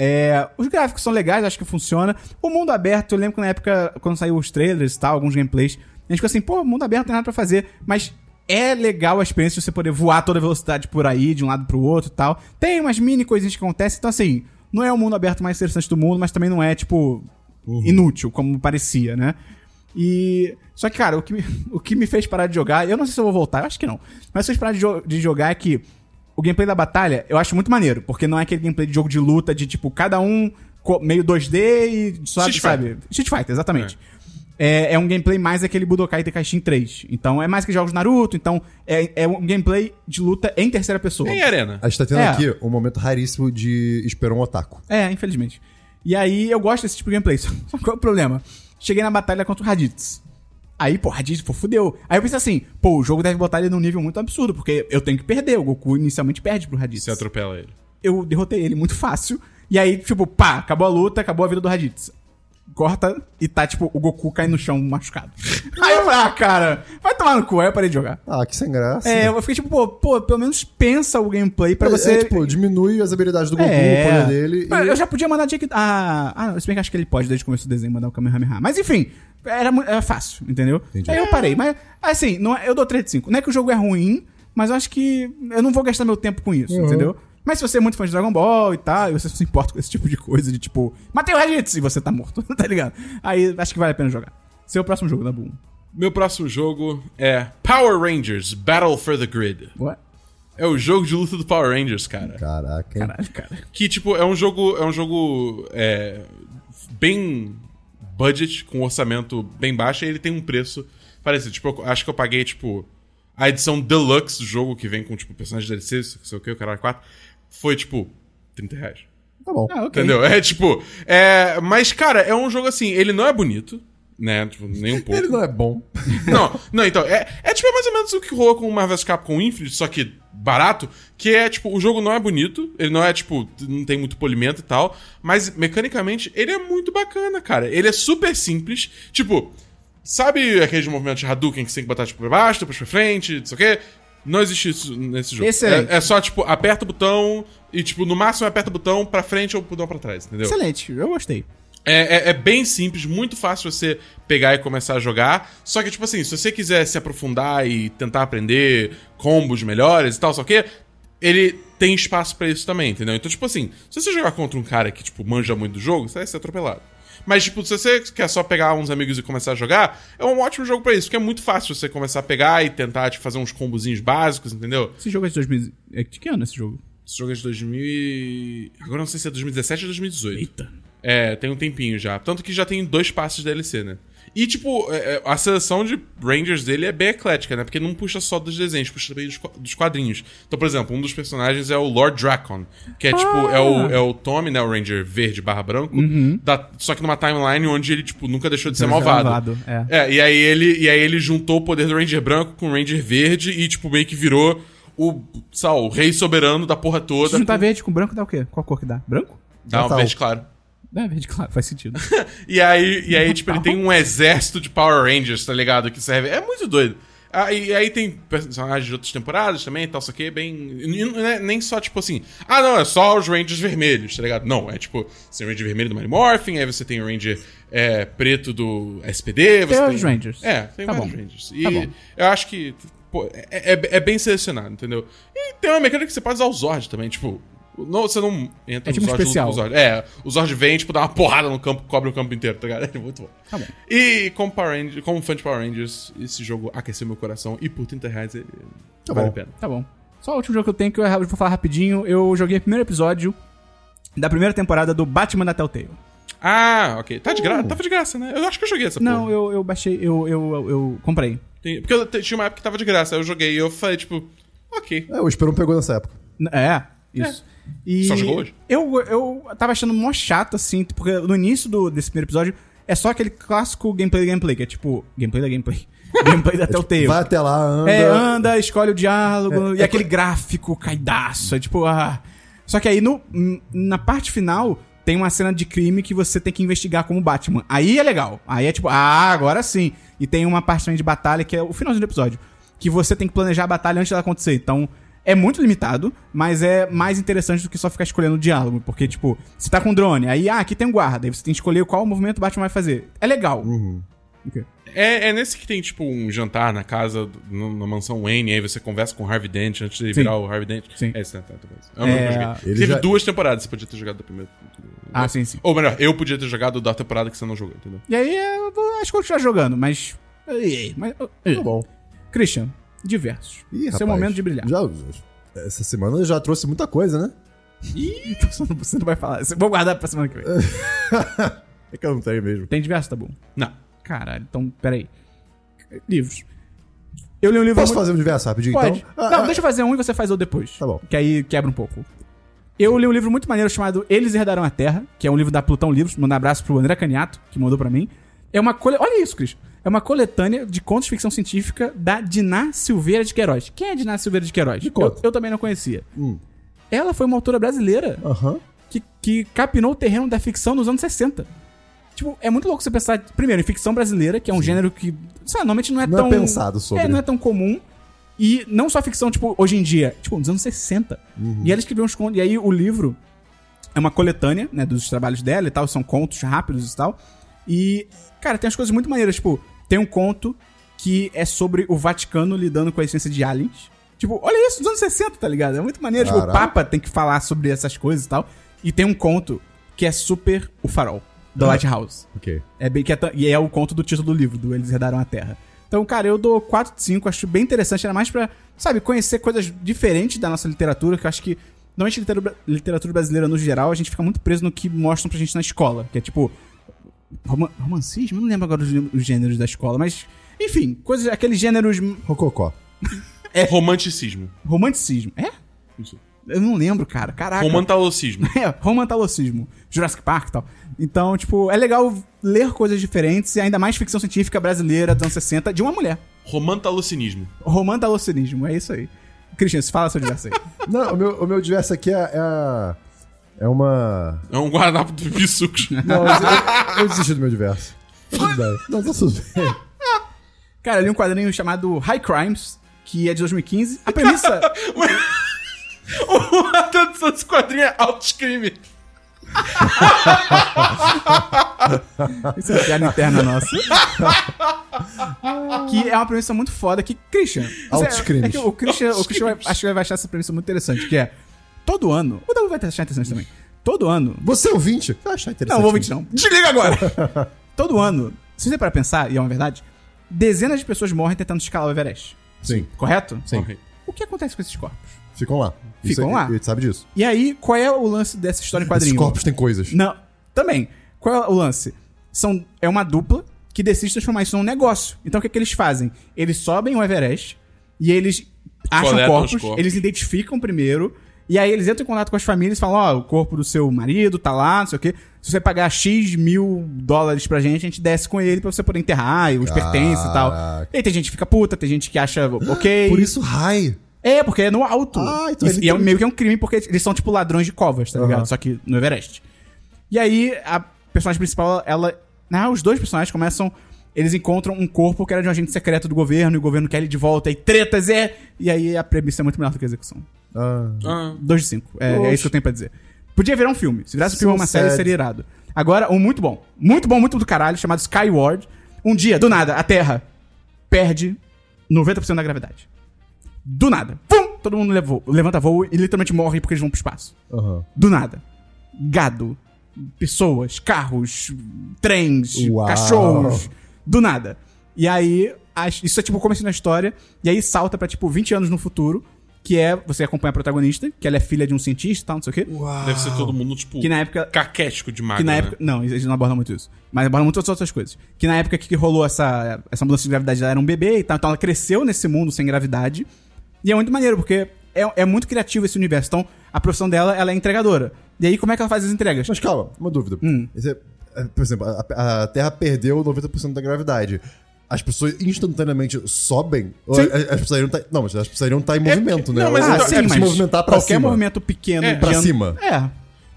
S1: É, os gráficos são legais, acho que funciona. O mundo aberto, eu lembro que na época, quando saiu os trailers e tal, alguns gameplays, a gente ficou assim, pô, mundo aberto não tem nada pra fazer, mas é legal a experiência de você poder voar a toda velocidade por aí, de um lado pro outro e tal. Tem umas mini coisinhas que acontecem, então assim, não é o mundo aberto mais interessante do mundo, mas também não é, tipo, inútil, como parecia, né? E. Só que, cara, o que, me, o que me fez parar de jogar, eu não sei se eu vou voltar, eu acho que não. Mas fez parar de, jo- de jogar é que o gameplay da batalha eu acho muito maneiro, porque não é aquele gameplay de jogo de luta de tipo, cada um co- meio 2D e só
S3: Street
S1: sabe? Street Fighter, exatamente. É. é um gameplay mais aquele Budokai Tenkaichi 3. Então é mais que jogos Naruto, então é, é um gameplay de luta em terceira pessoa.
S3: Tem arena.
S2: A gente tá tendo
S1: É.
S2: aqui um momento raríssimo de Esperon Otaku.
S1: É, infelizmente. E aí eu gosto desse tipo de gameplay. Só só qual é o problema? Cheguei na batalha contra o Raditz. Aí, pô, Raditz, pô, fudeu. Aí eu pensei assim, pô, o jogo deve botar ele num nível muito absurdo, porque eu tenho que perder. O Goku inicialmente perde pro Raditz.
S3: Você atropela ele.
S1: Eu derrotei ele muito fácil. E aí, tipo, pá, acabou a luta, acabou a vida do Raditz. Corta e tá, tipo, o Goku cai no chão machucado. aí eu falei, ah, cara, vai tomar no cu. Aí eu parei de jogar.
S2: Ah, que sem graça.
S1: É, eu fiquei tipo, pô, pô, pelo menos pensa o gameplay pra
S2: É,
S1: você.
S2: é, tipo, diminui as habilidades do Goku, o poder Uhum. dele.
S1: Mas
S2: e-
S1: Uhum. É. Eu já podia mandar Jake. Ah, ah, se bem que acho que ele pode desde o começo do desenho mandar o Kamehameha. Mas enfim, era, mu- era fácil, entendeu? Aí eu parei. Mas assim, não é- eu dou 3 de 5. Não é que o jogo é ruim, mas eu acho que eu não vou gastar meu tempo com
S2: Uhum.
S1: isso, entendeu? Mas se você é muito fã de Dragon Ball e tal, e você se importa com esse tipo de coisa de tipo, matei o Raditz e você tá morto, tá ligado? Aí acho que vale a pena jogar. Seu próximo jogo, da Boom.
S3: Meu próximo jogo é Power Rangers Battle for the Grid.
S1: Ué?
S3: É o jogo de luta do Power Rangers,
S2: Tá.
S3: cara.
S2: Caraca. hein?
S1: Caralho, cara.
S3: Que, tipo, é um jogo. É um jogo. é, bem budget, com orçamento bem baixo, e ele tem um preço. Parece, tipo, eu acho que eu paguei, tipo. A edição deluxe do jogo, que vem com, tipo, personagens DLC, não sei o que, o caralho 4. Foi, tipo, 30 reais.
S2: Tá bom.
S1: Ah, ok.
S3: Entendeu? É tipo. É, mas, cara, é um jogo assim, ele não é bonito, né? Tipo, nem um pouco.
S2: Ele não é bom.
S3: Não, não, então, é, é tipo mais ou menos o que rolou com o Marvel's Capcom Infinite, só que barato, que é tipo, o jogo não é bonito, ele não é tipo, não tem muito polimento e tal, mas mecanicamente ele é muito bacana, cara. Ele é super simples, tipo, sabe aqueles movimentos de Hadouken que você tem que botar tipo pra baixo, depois pra frente, não sei o quê? Não existe isso nesse jogo.
S1: Excelente.
S3: É, é só tipo, aperta o botão e tipo, no máximo aperta o botão pra frente ou o botão pra trás, entendeu?
S1: Excelente, eu gostei.
S3: É, é- é bem simples, muito fácil você pegar e começar a jogar. Só que, tipo assim, se você quiser se aprofundar e tentar aprender combos melhores e tal, só que ele tem espaço pra isso também, entendeu? Então, tipo assim, se você jogar contra um cara que, tipo, manja muito do jogo, você vai ser atropelado. Mas, tipo, se você quer só pegar uns amigos e começar a jogar, é um ótimo jogo pra isso, porque é muito fácil você começar a pegar e tentar, tipo, fazer uns combozinhos básicos, entendeu?
S1: Esse jogo é de 2000. É de que ano esse jogo?
S3: Esse jogo é de 2000 e... Agora eu não sei se é 2017 ou 2018.
S1: Eita.
S3: É, tem um tempinho já. Tanto que já tem dois passos da DLC, né? E, tipo, é, é, a seleção de Rangers dele é bem eclética, né? Porque não puxa só dos desenhos, puxa também dos, qua- dos quadrinhos. Então, por exemplo, um dos personagens é o Lord Dracon, que é, tipo, é o, é o Tommy, né? O Ranger verde barra branco. da- só que numa timeline onde ele, tipo, Uhum. nunca deixou de ser malvado.
S1: malvado, é.
S3: É, e aí ele, e aí ele juntou o poder do Ranger branco com o Ranger verde e, tipo, meio que virou o, sei lá, o rei soberano da porra toda.
S1: Se juntar verde com branco dá o quê? Qual cor que dá? Branco?
S3: Dá uma
S2: Natal.
S3: verde, claro.
S1: É verde, claro, faz sentido.
S3: E aí, e aí tipo, ele tem um exército de Power Rangers, tá ligado? Que serve. É muito doido. Ah, e aí tem personagens de outras temporadas também e tal, isso aqui é bem. e não é Nem só, tipo assim, ah, não, é só os Rangers vermelhos, tá ligado? Não, é tipo, você tem o Ranger vermelho do Mighty Morphin, aí você tem o Ranger é, preto do SPD, você
S1: Tem
S3: tem.
S1: os Rangers.
S3: É, tem
S1: Tá
S3: vários
S1: bom.
S3: Rangers. E
S1: Tá bom.
S3: eu acho que. pô, é, é- é bem selecionado, entendeu? E tem uma mecânica que você pode usar o Zord também, tipo. Não, você não entra
S1: É tipo um
S3: no Zord, luta
S1: especial.
S3: com o Zord. É, o Zord vem, tipo, dá uma porrada no campo, cobre o campo inteiro, tá ligado? É muito bom.
S1: Tá bom.
S3: E como, Power Ranger, como fã de Power Rangers, esse jogo aqueceu meu coração e por 30 reais ele
S2: Tá
S3: vale
S2: bom.
S3: a pena.
S1: Tá bom. Só o último jogo que eu tenho que eu
S3: Tá
S1: vou falar rapidinho. Eu joguei o primeiro episódio da primeira temporada do Batman da Telltale.
S3: Ah, ok. Tá de graça. Tava de graça, né? Eu acho que eu joguei essa
S1: Uh. Não,
S3: porra.
S1: eu, eu baixei, eu, eu, eu, eu comprei.
S3: Tem- Porque eu te- tinha uma época que tava de graça. Aí eu joguei e eu falei, tipo, ok.
S2: É, o Esperon pegou nessa época.
S1: N- É, isso. E
S3: Só jogou hoje?
S1: Eu, eu tava achando mó chato, assim, porque no início do, desse primeiro episódio é só aquele clássico gameplay da gameplay, que é tipo, gameplay da gameplay. gameplay
S3: É
S1: da
S3: tipo,
S1: Telltale.
S2: Vai até lá, anda.
S1: É, anda, escolhe o diálogo, e
S2: é
S1: aquele gráfico caidaço, é tipo, ah... Só que aí, no, n- na parte final, tem uma cena de crime que você tem que investigar como Batman. Aí é legal. Aí é tipo, ah, agora sim. E tem uma parte também de batalha, que é o finalzinho do episódio, que você tem que planejar a batalha antes dela acontecer. Então, é muito limitado, mas é mais interessante do que só ficar escolhendo o diálogo. Porque, tipo, você tá com um drone, aí, ah, aqui tem um guarda, aí você tem que escolher qual movimento o Batman vai fazer. É legal.
S2: Uhum.
S3: É, é nesse que tem, tipo, um jantar na casa, do- no- na mansão Wayne, aí você conversa com o Harvey Dent antes de ele
S1: Sim.
S3: virar o Harvey Dent.
S1: Sim.
S3: É, esse, né? Tá, tá, tá. É o único que eu
S1: É,
S3: joguei.
S2: ele
S3: Teve
S2: já-
S3: duas temporadas, você podia ter jogado da primeira.
S1: Ah, sim, sim.
S3: Ou melhor, eu podia ter jogado da temporada que você não jogou, entendeu?
S1: E aí eu vou- acho que eu continuar jogando, mas. Ei, mas oh,
S2: Tá bom.
S1: Christian, diversos.
S2: Ih,
S1: Seu
S2: rapaz,
S1: é momento de brilhar.
S2: Já, já- essa semana já trouxe muita coisa, né?
S1: Então você não- você não vai falar. Você- Vou guardar pra semana que vem.
S2: É que eu não tenho mesmo.
S1: Tem diversos, tá bom.
S3: Não.
S1: Caralho, então, peraí. Livros. Eu li um livro.
S2: Posso
S1: muito-
S2: fazer um diverso rapidinho,
S1: Pode.
S2: então? Ah,
S1: não,
S2: ah,
S1: deixa eu fazer um e você faz outro depois.
S2: Tá bom.
S1: Que aí quebra um pouco. Eu li um livro muito maneiro chamado Eles Herdaram a Terra, que é um livro da Plutão Livros. Manda um abraço pro André Caniato, que mandou pra mim. É uma cole... Olha isso, Cris. É uma coletânea de contos de ficção científica da Diná Silveira de Queiroz. Quem é Diná Silveira de Queiroz? eu,
S2: conta. Hum.
S1: eu também não conhecia. Ela foi uma autora brasileira
S2: Aham.
S1: que, que capinou o terreno da ficção nos anos 60. Tipo, é muito louco você pensar, primeiro, em ficção brasileira, que é um gênero que, sei lá, normalmente não é
S2: Não é
S1: tão...
S2: pensado sobre.
S1: É, não é tão comum. E não só ficção, tipo, hoje em dia, tipo, nos anos 60. E ela escreveu uns contos, e aí o livro é uma coletânea, né, dos trabalhos dela e tal, são contos rápidos e tal. E, cara, tem umas coisas muito maneiras, tipo, tem um conto que é sobre o Vaticano lidando com a essência de aliens. Tipo, olha isso, dos anos 60, tá ligado? É muito maneiro, tipo, o
S2: Caraca.
S1: Papa tem que falar sobre essas coisas e tal. E tem um conto que é super o farol, da Lighthouse.
S2: Ok.
S1: É bem que é, ta- e é o conto do título do livro, do Eles Herdaram a Terra. Então, cara, eu dou 4 de 5, acho bem interessante, ainda mais pra, sabe, conhecer coisas diferentes da nossa literatura, que eu acho que, normalmente, literatura, literatura brasileira no geral, a gente fica muito preso no que mostram pra gente na escola, que é tipo. Roman, romancismo? Eu não lembro agora os, os gêneros da escola, mas. Enfim, coisas, aqueles gêneros.
S2: Rococó.
S3: É Romanticismo.
S1: Romanticismo. É?
S3: Isso.
S1: Eu não lembro, cara. Caraca.
S3: Romantalocismo.
S1: É, romantalocismo, Jurassic Park e tal. Então, tipo, é legal ler coisas diferentes e ainda mais ficção científica brasileira dos anos 60 de uma mulher.
S3: Romantaloциnismo.
S1: Romantalocismo, é isso aí. Cristian, se fala seu diverso aí.
S2: Não, o meu, o meu diverso aqui é, é a- É uma.
S3: É um guardanapo de bisucos.
S2: Não, eu, eu desisti do meu diverso. Tudo bem. Não, tá tudo bem.
S1: Cara, eu li um quadrinho chamado High Crimes, que é de 2015. A premissa.
S3: o tanto desse quadrinho é autoscrime.
S1: Isso é piada interna nossa. que é uma premissa muito foda que, Christian. você-
S2: Altos crimes.
S1: É que o Christian, o Christian vai, acho que vai achar essa premissa muito interessante, que é. Todo ano. O Dabu vai achar interessante também. Todo ano
S2: Você é ouvinte? Vai achar interessante.
S1: Não, vou mentir, não. Desliga agora! Todo ano, se você para pensar, e é uma verdade, dezenas de pessoas morrem tentando escalar o Everest.
S2: Sim,
S1: Correto?
S2: sim.
S1: O que acontece com esses corpos?
S2: Ficam lá.
S1: Ficam
S2: aí-
S1: lá.
S2: A gente sabe disso.
S1: E aí, qual é o lance dessa história em
S2: Esses
S1: quadrinho?
S2: corpos têm coisas.
S1: Não, também. Qual é o lance? São, é uma dupla que decide transformar isso num negócio. Então o que, que eles fazem? Eles sobem o Everest e eles acham
S3: Coletam os
S1: corpos,
S3: corpos.
S1: eles identificam primeiro, e aí eles entram em contato com as famílias e falam: ó, o corpo do seu marido tá lá, não sei o quê. Se você pagar X mil dólares pra gente, a gente desce com ele pra você poder enterrar e os pertences e tal.
S2: Caraca.
S1: E aí tem gente que fica puta, tem gente que acha ok.
S2: Por isso, raio.
S1: É, porque é no alto.
S2: Ah, então
S1: e,
S2: ele
S1: e é
S2: tem-
S1: meio que é um crime, porque eles são tipo ladrões de covas, tá ligado?
S2: Aham.
S1: Só que no Everest. E aí, a personagem principal, ela. Ah, os dois personagens começam. Eles encontram um corpo que era de um agente secreto do governo, e o governo quer ele de volta, e tretas é. E aí a premissa é muito melhor do que a execução.
S2: Ah,
S3: Ah,
S1: 2 de 5. É, é
S2: Poxa.
S1: isso que eu tenho pra dizer. Podia virar um filme. Se virasse um
S2: So
S1: filme ou uma série,
S2: sad.
S1: seria irado. Agora, um muito bom. Muito bom, muito do caralho, chamado Skyward. Um dia, do nada, a Terra perde 90% da gravidade. Do nada. Pum! Todo mundo levou, levanta voo e literalmente morre porque eles vão pro espaço.
S2: aham.
S1: Do nada. Gado, pessoas, carros, trens,
S2: Uau.
S1: cachorros. Do nada. E aí, as- isso é tipo o começo da história. E aí salta pra tipo 20 anos no futuro. que é você acompanha a protagonista, que ela é filha de um cientista e tal, não sei o quê.
S3: Deve ser todo mundo, tipo,
S1: Que na época.
S3: caquético de
S1: Que
S3: magro,
S1: na
S3: né?
S1: época. Não, eles não abordam muito isso. Mas abordam muitas outras coisas. Que na época que rolou essa, essa mudança de gravidade, ela era um bebê e tal. Então ela cresceu nesse mundo sem gravidade. E é muito maneiro, porque é, é muito criativo esse universo. Então, a profissão dela, ela é entregadora. E aí, como é que ela faz as entregas?
S2: Mas calma, uma dúvida.
S1: Hum.
S2: Esse é- é, por exemplo, a, a Terra perdeu 90% da gravidade. As pessoas instantaneamente sobem? Ou
S1: Sim. É,
S2: a- As, pessoas iriam tá, não, mas as pessoas iriam estar em movimento, né?
S3: não, mas
S2: Ou-
S3: então-
S2: se movimentar pra
S1: Ah, qualquer
S2: cima.
S1: movimento pequeno
S3: É.
S1: de
S2: Pra
S1: an-
S2: cima.
S1: É.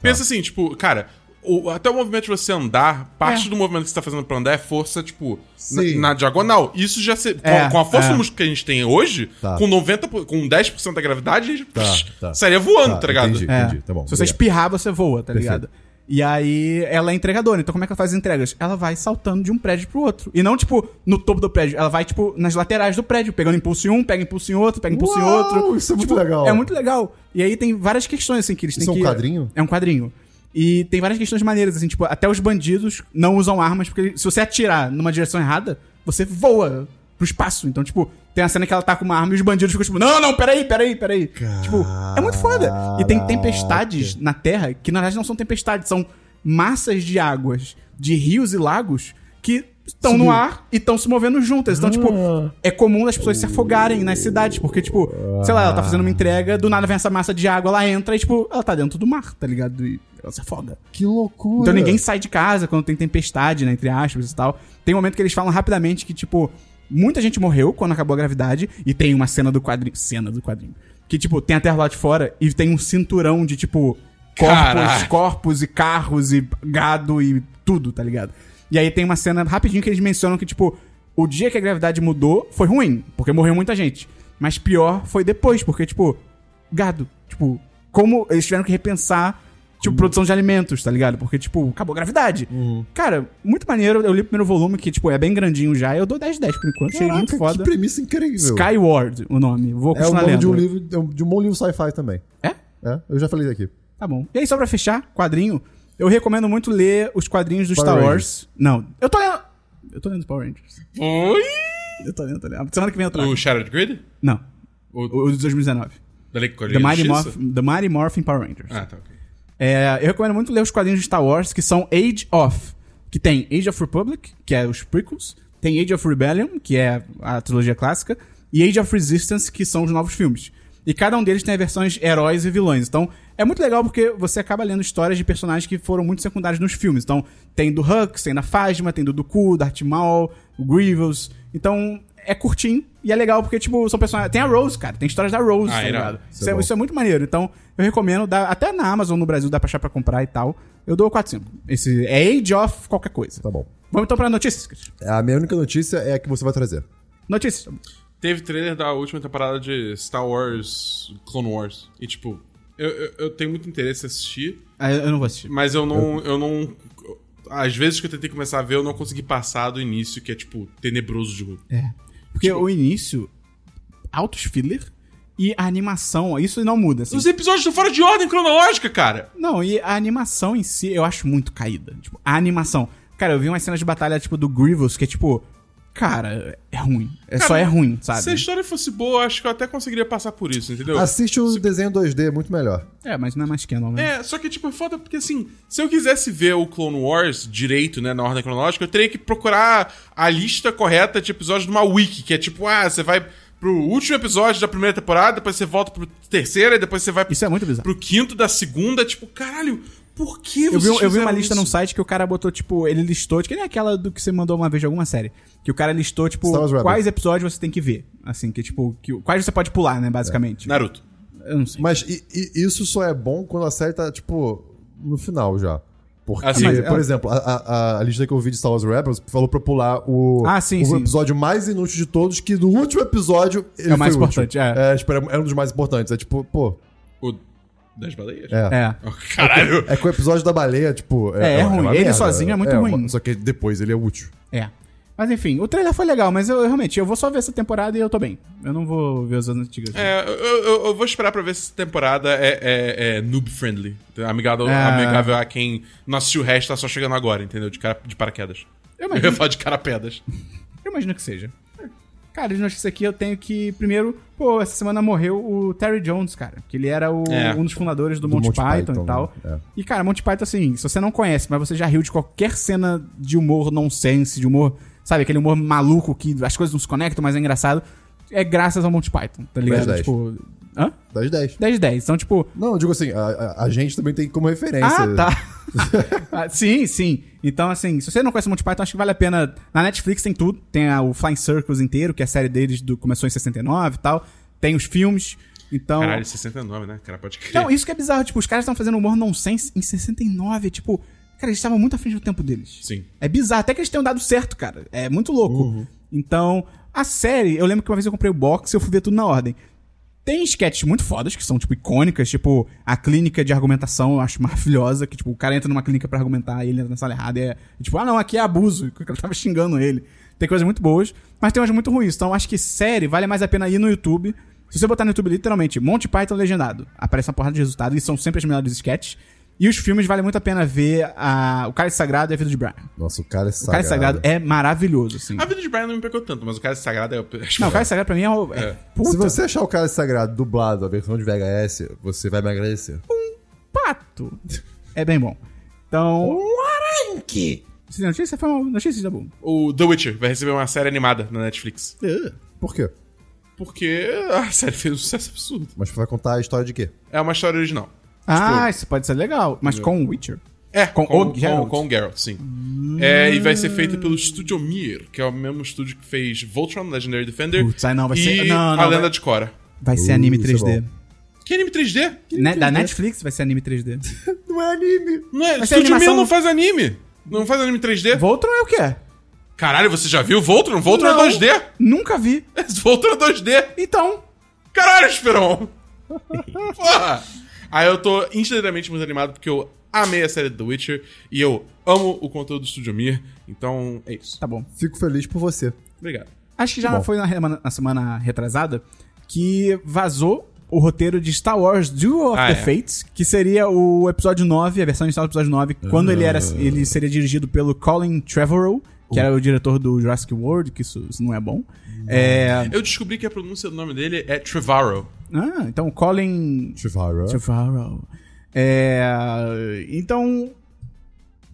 S3: Pensa assim, tipo, cara, o- até o movimento de você andar,
S1: É.
S3: parte do movimento que você tá fazendo pra andar é força, tipo, na,
S2: Sim.
S3: na diagonal. Isso já se. Com,
S1: É,
S3: com a força
S1: é.
S3: do músculo que a gente tem hoje,
S2: Tá.
S3: com 90%, po- com 10% da gravidade, a gente
S2: Tá, tá.
S3: sairia voando, tá, ligado?
S2: Entendi,
S1: É.
S2: entendi. Tá bom.
S1: Se você
S2: obrigado.
S1: espirrar, você voa, tá
S2: Perfeito.
S1: ligado? E aí, ela é entregadora. Então, como é que ela faz as entregas? Ela vai saltando de um prédio pro outro. E não, tipo, no topo do prédio. Ela vai, tipo, nas laterais do prédio, pegando impulso em um, pega impulso em outro, pega impulso em
S2: Uau,
S1: outro.
S2: isso é muito
S1: Tipo,
S2: legal.
S1: É muito legal. E aí tem várias questões, assim, que eles têm
S2: Isso é um
S1: que...
S2: quadrinho?
S1: É um quadrinho. E tem várias questões maneiras, assim, tipo, até os bandidos não usam armas, porque se você atirar numa direção errada, você voa pro espaço. Então, tipo, tem a cena que ela tá com uma arma e os bandidos ficam tipo, não, não, peraí, peraí, peraí. Tipo, é muito foda. E tem tempestades na Terra que, na verdade, não são tempestades, são massas de águas de rios e lagos que estão no ar e estão se movendo juntas. Então, tipo, é comum as pessoas se afogarem nas cidades, porque, tipo, sei lá, ela tá fazendo uma entrega, do nada vem essa massa de água, ela entra e, tipo, ela tá dentro do mar, tá ligado? E ela se afoga.
S2: Que loucura.
S1: Então ninguém sai de casa quando tem tempestade, né? Entre aspas e tal. Tem um momento que eles falam rapidamente que, tipo, muita gente morreu quando acabou a gravidade. E tem uma cena do quadrinho. Cena do quadrinho. Que, tipo, tem a terra lá de fora e tem um cinturão de, tipo, corpos,
S3: Caraca.
S1: corpos e carros e gado e tudo, tá ligado? E aí tem uma cena rapidinho que eles mencionam que, tipo, o dia que a gravidade mudou foi ruim, porque morreu muita gente. Mas pior foi depois, porque, tipo, gado. Tipo, como eles tiveram que repensar,
S2: Uhum.
S1: tipo, produção de alimentos, tá ligado? Porque, tipo, acabou a gravidade. Cara, muito maneiro. Eu li o primeiro volume, que, tipo, é bem grandinho já. Eu dou 10 10 por enquanto. Achei
S2: Caraca,
S1: muito
S2: Que
S1: foda.
S2: premissa incrível.
S1: Skyward, o nome. Vou
S2: é o
S1: continuar
S2: nome
S1: lendo.
S2: de um livro, é um- de um bom livro sci-fi também.
S1: É?
S2: É, eu já falei daqui.
S1: Tá bom. E aí, só pra fechar, quadrinho. Eu recomendo muito ler os quadrinhos do
S2: Power
S1: Star
S2: Rangers.
S1: Wars. Não, eu tô lendo... Eu tô lendo os Power Rangers.
S3: Oi!
S1: Eu tô lendo, tô lendo. Semana que vem eu trago.
S3: O Shattered Grid?
S1: Não,
S3: O,
S1: o o de 2019.
S3: da Lei Coreia
S1: The Mighty,
S3: Justiça?
S1: Morphin, The Mighty Morphin Power Rangers.
S3: Ah, tá, ok.
S1: É, eu recomendo muito ler os quadrinhos de Star Wars, que são Age of, que tem Age of Republic, que é os prequels, tem Age of Rebellion, que é a trilogia clássica, e Age of Resistance, que são os novos filmes. E cada um deles tem versões heróis e vilões. Então, é muito legal porque você acaba lendo histórias de personagens que foram muito secundários nos filmes. Então, tem do Hux, tem da Phasma, tem do Dooku, Darth Maul, o Grievous. Então, é curtinho e é legal porque, tipo, são personagens... Tem a Rose, cara. Tem histórias da Rose,
S3: Ah,
S1: tá
S3: irado.
S1: ligado?
S2: Isso é
S1: Isso é,
S2: bom.
S1: isso é muito maneiro. Então, eu recomendo. dá- até na Amazon no Brasil dá pra achar pra comprar e tal. Eu dou 4,5. Esse é Age of qualquer coisa.
S2: Tá bom.
S1: Vamos então pra notícias, Cris.
S2: A minha única notícia é a que você vai trazer.
S1: Notícias.
S3: Teve trailer da última temporada de Star Wars Clone Wars. E, tipo, eu, eu, eu tenho muito interesse em assistir,
S1: Ah, eu eu não vou assistir.
S3: mas eu não. Eu não. Às vezes que eu tentei começar a ver, eu não consegui passar do início, que é, tipo, tenebroso de ruim.
S1: É. Porque o início, altos filler e a animação, isso não muda, assim.
S3: Os episódios estão fora de ordem cronológica, cara.
S1: Não, e a animação em si, eu acho muito caída. Tipo, a animação. Cara, eu vi umas cenas de batalha, tipo, do Grievous, que é tipo... Cara, é ruim. É,
S3: Cara,
S1: só é ruim, sabe? Ah,
S3: Se a história fosse boa, acho que eu até conseguiria passar por isso, entendeu?
S2: Assiste o desenho 2D, é muito melhor.
S1: É, mas não é mais canon, né?
S3: É, só que, tipo, é foda porque, assim, se eu quisesse ver o Clone Wars direito, né, na ordem cronológica, eu teria que procurar a lista correta de episódios numa wiki, que é tipo, ah, você vai pro último episódio da primeira temporada, depois você volta pro terceiro, e depois você vai
S1: Isso é muito bizarro.
S3: pro quinto da segunda, tipo, caralho, por que
S1: Eu vi, um-
S3: vocês
S1: eu vi uma
S3: fizeram
S1: lista
S3: isso?
S1: num site que o cara botou, tipo, ele listou, que nem aquela do que você mandou uma vez de alguma série. Que o cara listou, tipo,
S2: Star Wars Rebels.
S1: quais episódios você tem que ver. Assim, que tipo, que, quais você pode pular, né, basicamente.
S3: Naruto.
S1: Eu não sei.
S2: Mas i- i- isso só é bom quando a série tá, tipo, no final já. Porque,
S3: Ah, sim.
S1: Mas- é-
S2: por exemplo, a, a- a lista que eu vi de Star Wars Rebels falou pra pular o,
S1: Ah, sim,
S2: o
S1: sim.
S2: episódio mais inútil de todos, que no último episódio ele
S1: É o mais
S2: foi
S1: importante,
S2: útil.
S1: é.
S2: É, tipo, era- era um dos mais importantes. É tipo, pô,
S3: O das baleias?
S2: é.
S1: É.
S3: Oh, caralho.
S2: É que o episódio da baleia, tipo...
S1: É, é
S2: uma
S1: ruim.
S2: merda.
S1: Ele sozinho é muito
S2: uma-
S1: ruim.
S2: só que depois ele é útil.
S1: É. Mas enfim, o trailer foi legal, mas eu eu realmente, eu vou só ver essa temporada e eu tô bem. Eu não vou ver as antigas.
S3: É, eu, eu- eu vou esperar pra ver se essa temporada é, é- é noob-friendly. Amigável,
S1: É.
S3: amigável a quem não assistiu o resto, tá só chegando agora, entendeu? De, cara, de paraquedas.
S1: Eu
S3: Eu ia
S1: imagino, Então-
S3: falar de carapedas.
S1: eu imagino que seja. Cara, de notícia aqui eu tenho que, primeiro, pô, essa semana morreu o Terry Jones, cara. Que ele era o-
S3: É.
S1: um dos fundadores do,
S2: Do
S1: Monty,
S2: Monty
S1: Python,
S2: Python,
S1: e tal.
S2: né? É.
S1: E, cara, Monty Python, assim, se você não conhece, mas você já riu de qualquer cena de humor nonsense, de humor, sabe, aquele humor maluco que as coisas não se conectam, mas é engraçado, é graças ao Monty Python, tá ligado?
S2: 10.
S1: Tipo. Hã?
S2: Das 10.
S1: 10 10. Então, tipo,
S2: Não, eu digo assim, a, a- a gente também tem como referência.
S1: ah, tá. Ah, sim, sim. Então, assim, se você não conhece o Monty Python, acho que vale a pena. Na Netflix tem tudo. Tem a- o Flying Circles inteiro, que é a série deles do, começou em 69 e tal. Tem os filmes. Então.
S3: Caralho, 69, né? Cara, pode crer.
S1: Não, isso que é bizarro. Tipo, os caras estão fazendo humor nonsense em 69. Tipo, cara, eles estavam muito à frente do tempo deles.
S3: Sim.
S1: É bizarro. Até que eles tenham dado certo, cara. É muito louco. Então, a série, eu lembro que uma vez eu comprei o box e eu fui ver tudo na ordem. Tem sketches muito fodas, que são, tipo, icônicas, tipo, a clínica de argumentação, eu acho maravilhosa, que, tipo, o cara entra numa clínica pra argumentar e ele entra na sala errada e é, tipo, ah, não, aqui é abuso, que o cara tava xingando ele. Tem coisas muito boas, mas tem umas muito ruins, então eu acho que série vale mais a pena ir no YouTube. Se você botar no YouTube, literalmente, Monty Python legendado, aparece uma porrada de resultado e são sempre as melhores sketches. E os filmes vale muito a pena ver a... O Cálice Sagrado e a Vida de Brian.
S2: Nossa, o cara é
S1: O Cálice Sagrado é maravilhoso, assim.
S3: A vida de Brian não me pegou tanto, mas o cara sagrado é. eu acho
S1: Não, o
S3: melhor.
S1: Cálice Sagrado pra mim é... o- é.
S3: É.
S1: Puta,
S2: Se você achar o cara é sagrado dublado, a versão de VHS, você vai me agradecer.
S1: pato. É bem bom. Então... Você tem notícia? Foi uma notícia, Dabu.
S2: Tipo-
S3: O The Witcher vai receber uma série animada na Netflix.
S1: É.
S2: Por quê?
S3: Porque a série fez um sucesso absurdo.
S2: Mas vai contar a história de quê?
S3: É uma história original.
S1: Ah, isso pode ser legal. Mas com o Witcher?
S3: É,
S1: Com
S3: com,
S1: o
S3: com,
S1: Geralt. Hum.
S3: com o Geralt, sim. É, e vai ser feita pelo Studio Mir, que é o mesmo estúdio que fez Voltron, Legendary Defender
S1: Putz, aí não, vai
S3: e
S1: ser- não, não,
S3: A Lenda
S1: vai-
S3: de Cora.
S1: Vai ser
S2: Uh,
S1: anime
S2: isso é Uhum.
S1: 3D.
S3: Que anime 3D?
S1: Né, da Netflix vai ser anime 3D.
S2: Não é anime.
S3: Não é,
S1: Mas é
S3: Studio
S1: animação-
S3: Mir não faz anime. Não faz anime 3D?
S1: Voltron é o quê?
S3: Caralho, você já viu Voltron? Voltron
S1: Não.
S3: é 2D.
S1: Nunca vi.
S3: Voltron é 2D.
S1: Então,
S3: Caralho, Esperon. Porra. Aí eu tô instantaneamente muito animado porque eu amei a série do The Witcher e eu amo o conteúdo do Studio Mir. Então, é isso.
S1: tá bom.
S2: Fico feliz por você.
S3: Obrigado.
S1: Acho que já
S2: Muito bom.
S1: foi na, remana- na semana retrasada que vazou o roteiro de Star Wars Duel of
S3: Ah,
S1: the
S3: é.
S1: Fates, que seria o episódio 9, a versão inicial do episódio 9, quando ele, era,
S3: Ah.
S1: ele seria dirigido pelo Colin Trevorrow, que era o diretor do Jurassic World, que isso, isso não é bom. É,
S3: Eu descobri que a pronúncia do nome dele é Trevorrow.
S1: ah, então o Colin
S2: Chivara.
S1: Trevorrow. É, então,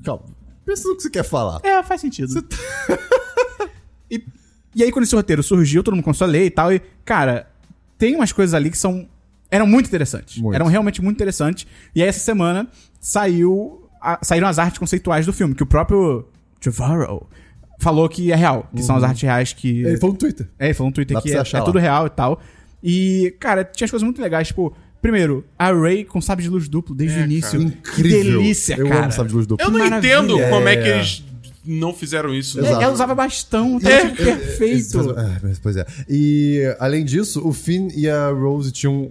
S2: Calma. Pensa no que você quer falar.
S1: É, faz sentido. e, e aí, quando esse roteiro surgiu, todo mundo começou a ler e tal. E, cara, tem umas coisas ali que são. eram muito interessantes.
S2: Muito.
S1: Eram realmente muito interessantes. E aí, essa semana, saiu a- saíram as artes conceituais do filme, que o próprio Trevorrow falou que é real, que são as artes reais que.
S2: Uhum. Ele falou no Twitter.
S1: É, ele falou no Twitter
S2: Dá
S1: que
S2: pra você
S1: é,
S2: achar
S1: é
S2: lá.
S1: tudo real e tal. E, cara, tinha as coisas muito legais, tipo, primeiro, a Ray com sabre de luz duplo desde o início. Que delícia,
S2: eu
S1: cara.
S2: amo sabe de luz dupla.
S3: Eu não
S1: maravilha.
S3: entendo como é que
S2: É.
S3: eles não fizeram isso.
S1: É,
S2: Exato.
S1: Ela usava bastão, tá
S3: É.
S1: tipo, perfeito.
S2: É, mas, pois é. E, além disso, o Finn e a Rose tinham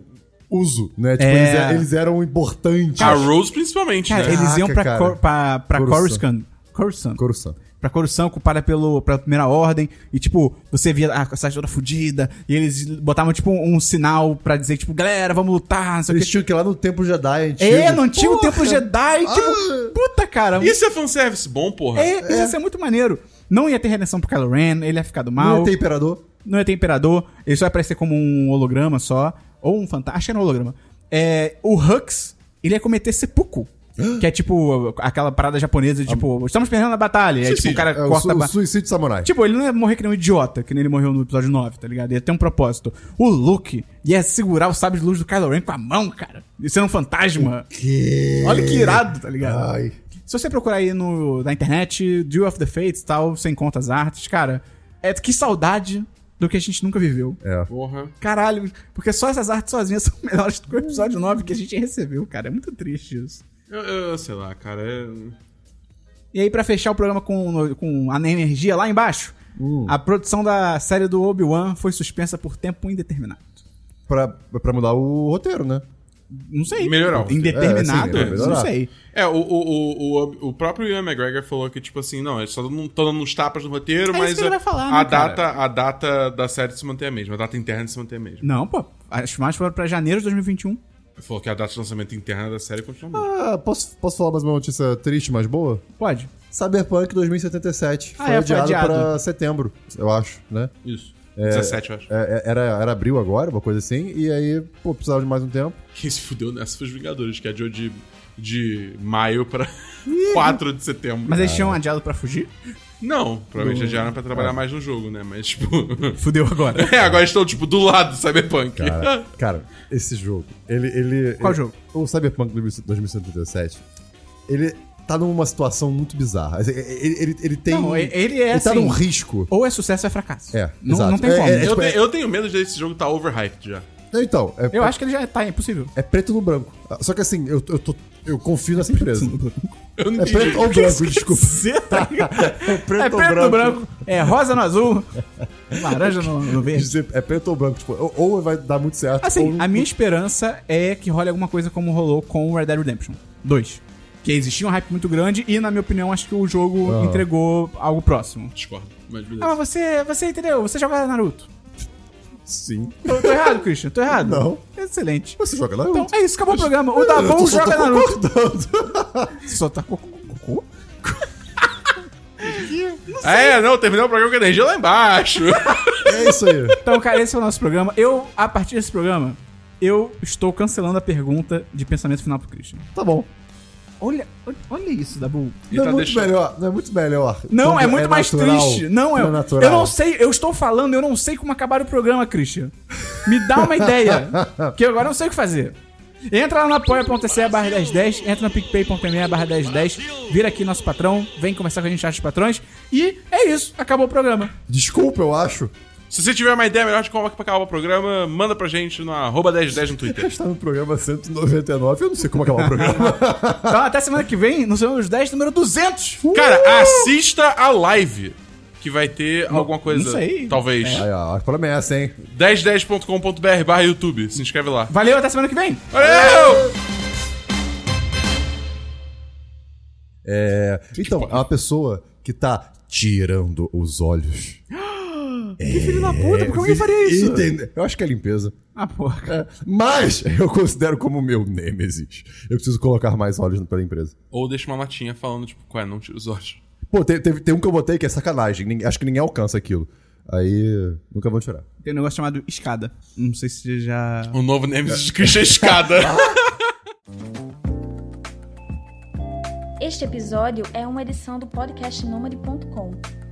S2: uso, né? Tipo,
S1: É.
S2: eles, é- eles eram importantes.
S3: A Rose, principalmente,
S1: Cara,
S3: né?
S1: eles iam pra,
S2: cara.
S1: Cor, pra, pra
S2: Coruscant.
S1: Coruscant. Coruscant.
S2: Coruscant.
S1: Pra Coruscant, ocupada pelo, pela Primeira Ordem. E, tipo, você via a cidade toda fudida E eles botavam, tipo, um sinal pra dizer, tipo, galera, vamos lutar, não sei o
S2: Eles
S1: quê.
S2: tinham que ir lá no Templo Jedi antigo.
S1: É, não tinha o
S2: Porra! Ah.
S1: Templo Jedi. Tipo, puta, cara.
S3: Isso é fanservice bom, porra.
S1: é, isso ia ser muito maneiro. Não ia ter redenção pro Kylo Ren, ele ia ficar do mal.
S2: Não ia ter imperador.
S1: não ia ter imperador, ele só ia aparecer como um holograma só, ou um fantasma, acho que era um holograma. É, o Hux, ele ia cometer seppuku, que é tipo aquela parada japonesa, de, tipo, estamos perdendo a batalha, e aí, tipo, o
S3: Suicídio.
S1: cara
S2: É, o,
S1: corta
S2: su
S1: a ba-
S2: o suicídio samurai.
S1: Tipo, ele não ia morrer que nem um idiota, que nem ele morreu no episódio 9, tá ligado? Ia ter um propósito. O Luke ia segurar o sabre de luz do Kylo Ren com a mão, cara. Ia ser um fantasma.
S2: Que...
S1: Olha que irado, tá ligado?
S2: Ai.
S1: Se você procurar aí no, na internet, Duel of the Fates e tal, sem contas artes, cara, é que saudade do que a gente nunca viveu.
S2: É.
S3: Porra.
S1: Caralho, porque só essas artes sozinhas são melhores do que o episódio 9 que a gente recebeu, cara. É muito triste isso.
S3: Eu, eu sei lá, cara. é-
S1: E aí, pra fechar o programa com, com a energia lá embaixo,
S2: Uh.
S1: a produção da série do Obi-Wan foi suspensa por tempo indeterminado.
S2: Pra, pra mudar o roteiro, né?
S1: Não sei.
S3: Melhorar o roteiro.
S1: Indeterminado?
S2: É, sim, é,
S1: não
S2: melhorar.
S1: sei.
S3: É, o, o, o, o, o próprio Ian McGregor falou que, tipo assim, não, eles só não estão dando uns tapas no roteiro,
S1: É isso
S3: mas
S1: que ele
S3: a,
S1: vai falar,
S3: a
S1: né, cara?
S3: data, a data da série se mantém a mesma, a data interna se mantém a mesma.
S1: Não, pô. As filmagens foram pra janeiro de 2021.
S3: Ele falou que a data de lançamento interna da série continua a mesma.
S2: Ah, posso, posso falar mais uma notícia triste, mas boa?
S1: Pode.
S2: Cyberpunk 2077
S1: Ah, é,
S2: foi
S1: foi
S2: adiado
S1: adiado.
S2: pra setembro, eu acho, né?
S3: Isso. 17, eu acho.
S2: É, é, era, era abril agora, uma coisa assim, e aí, pô, precisava de mais um tempo.
S3: Quem se fudeu nessa foi os Vingadores, que adiou de, de maio pra 4 de setembro.
S1: Mas eles
S2: Ah,
S1: tinham
S2: é.
S1: adiado pra fugir?
S3: Não, provavelmente adiaram pra trabalhar mais no jogo, né? Mas, tipo.
S1: Fudeu agora.
S3: é, agora estão, tipo, do lado do Cyberpunk.
S2: Cara, cara, esse jogo, ele. ele
S1: Qual
S2: ele-
S1: jogo?
S2: O Cyberpunk 2077. Ele tá numa situação muito bizarra. Ele, ele, ele tem.
S1: Não, ele- ele é
S2: tá
S1: assim.
S2: num risco.
S1: Ou é sucesso ou é fracasso.
S2: É,
S1: Não,
S2: exato.
S1: não tem
S2: É,
S1: como.
S2: é,
S3: eu,
S2: tipo,
S3: te- eu tenho medo desse jogo tá overhyped já.
S2: Então, é,
S1: Eu acho que ele já tá impossível.
S2: é preto no branco. Só que assim, eu, eu, tô, eu confio nessa empresa.
S3: Eu não
S2: É
S3: entendi.
S2: preto ou branco, desculpa.
S1: Você tá
S2: É preto,
S1: É preto no branco, é rosa no azul, laranja no, no verde.
S2: Dizer, É preto ou branco, tipo, ou- ou vai dar muito certo. ou
S1: Assim,
S2: não-
S1: a minha esperança é que role alguma coisa como rolou com o Red Dead Redemption 2. Que existia um hype muito grande e, na minha opinião, acho que o jogo
S2: Ah.
S1: entregou algo próximo.
S3: Discordo, mas
S1: Ah, mas
S3: beleza.
S1: você, você entendeu? Você joga Naruto.
S2: Sim.
S1: Tô, tô errado, Christian, tô errado.
S2: Não.
S1: Excelente.
S2: Você joga lá?
S1: Então, é isso, acabou o programa. O
S2: Eu
S1: Davon
S2: tô- só tô
S1: joga Naruto.
S2: concordando.
S1: Só tá cocô. cocô?
S3: Ah, é, não, terminou o programa com a energia lá embaixo.
S2: É isso aí.
S1: Então, cara, esse é o nosso programa. Eu, a partir desse programa, eu estou cancelando a pergunta de pensamento final pro Christian.
S2: Tá bom.
S1: Olha, olha- olha isso, Dabu.
S3: Ele
S2: não é
S3: tá
S2: muito
S3: deixando.
S2: melhor, não é muito melhor.
S1: Não,
S2: Quando
S1: é muito mais
S2: natural,
S1: triste. Não é.
S2: quando natural.
S1: Eu não sei, eu estou falando, eu não sei como acabar o programa, Christian. Me dá uma ideia. que eu agora não sei o que fazer. Entra lá no apoia.se barra 1010, entra no picpay.me barra 1010, vira aqui nosso patrão, vem conversar com a gente, acha os patrões. E é isso, acabou o programa.
S2: Desculpa, eu acho.
S3: Se você tiver uma ideia melhor de como é acabar o programa, manda pra gente no arroba 1010 no Twitter.
S2: Está tá no programa 199, eu não sei como acabar o programa.
S1: Então até semana que vem, no Somos os 10, número 200.
S3: Cara, assista a live. Que vai ter alguma coisa.
S1: não sei.
S3: Talvez.
S2: Aí, ó, a promessa, hein?
S3: 1010.com.br barra YouTube. Se inscreve lá.
S1: Valeu, até semana que vem.
S3: Valeu!
S2: É, então, é uma pessoa que tá tirando os olhos.
S1: Que filho da puta, por é que alguém faria isso?
S2: Entende- Eu acho que é limpeza.
S1: Ah, porra.
S2: É, mas eu considero como meu nêmesis. Eu preciso colocar mais olhos pela empresa.
S3: Ou deixa uma latinha falando, tipo, ué, não tira os olhos.
S2: Pô, te- teve, tem um que eu botei que é sacanagem. Ninguém- acho que ninguém alcança aquilo. Aí, nunca vão tirar.
S1: Tem um negócio chamado escada. Não sei se já.
S3: O novo Nemesis de Christian Escada.
S5: Este episódio é uma edição do podcast Nômade.com.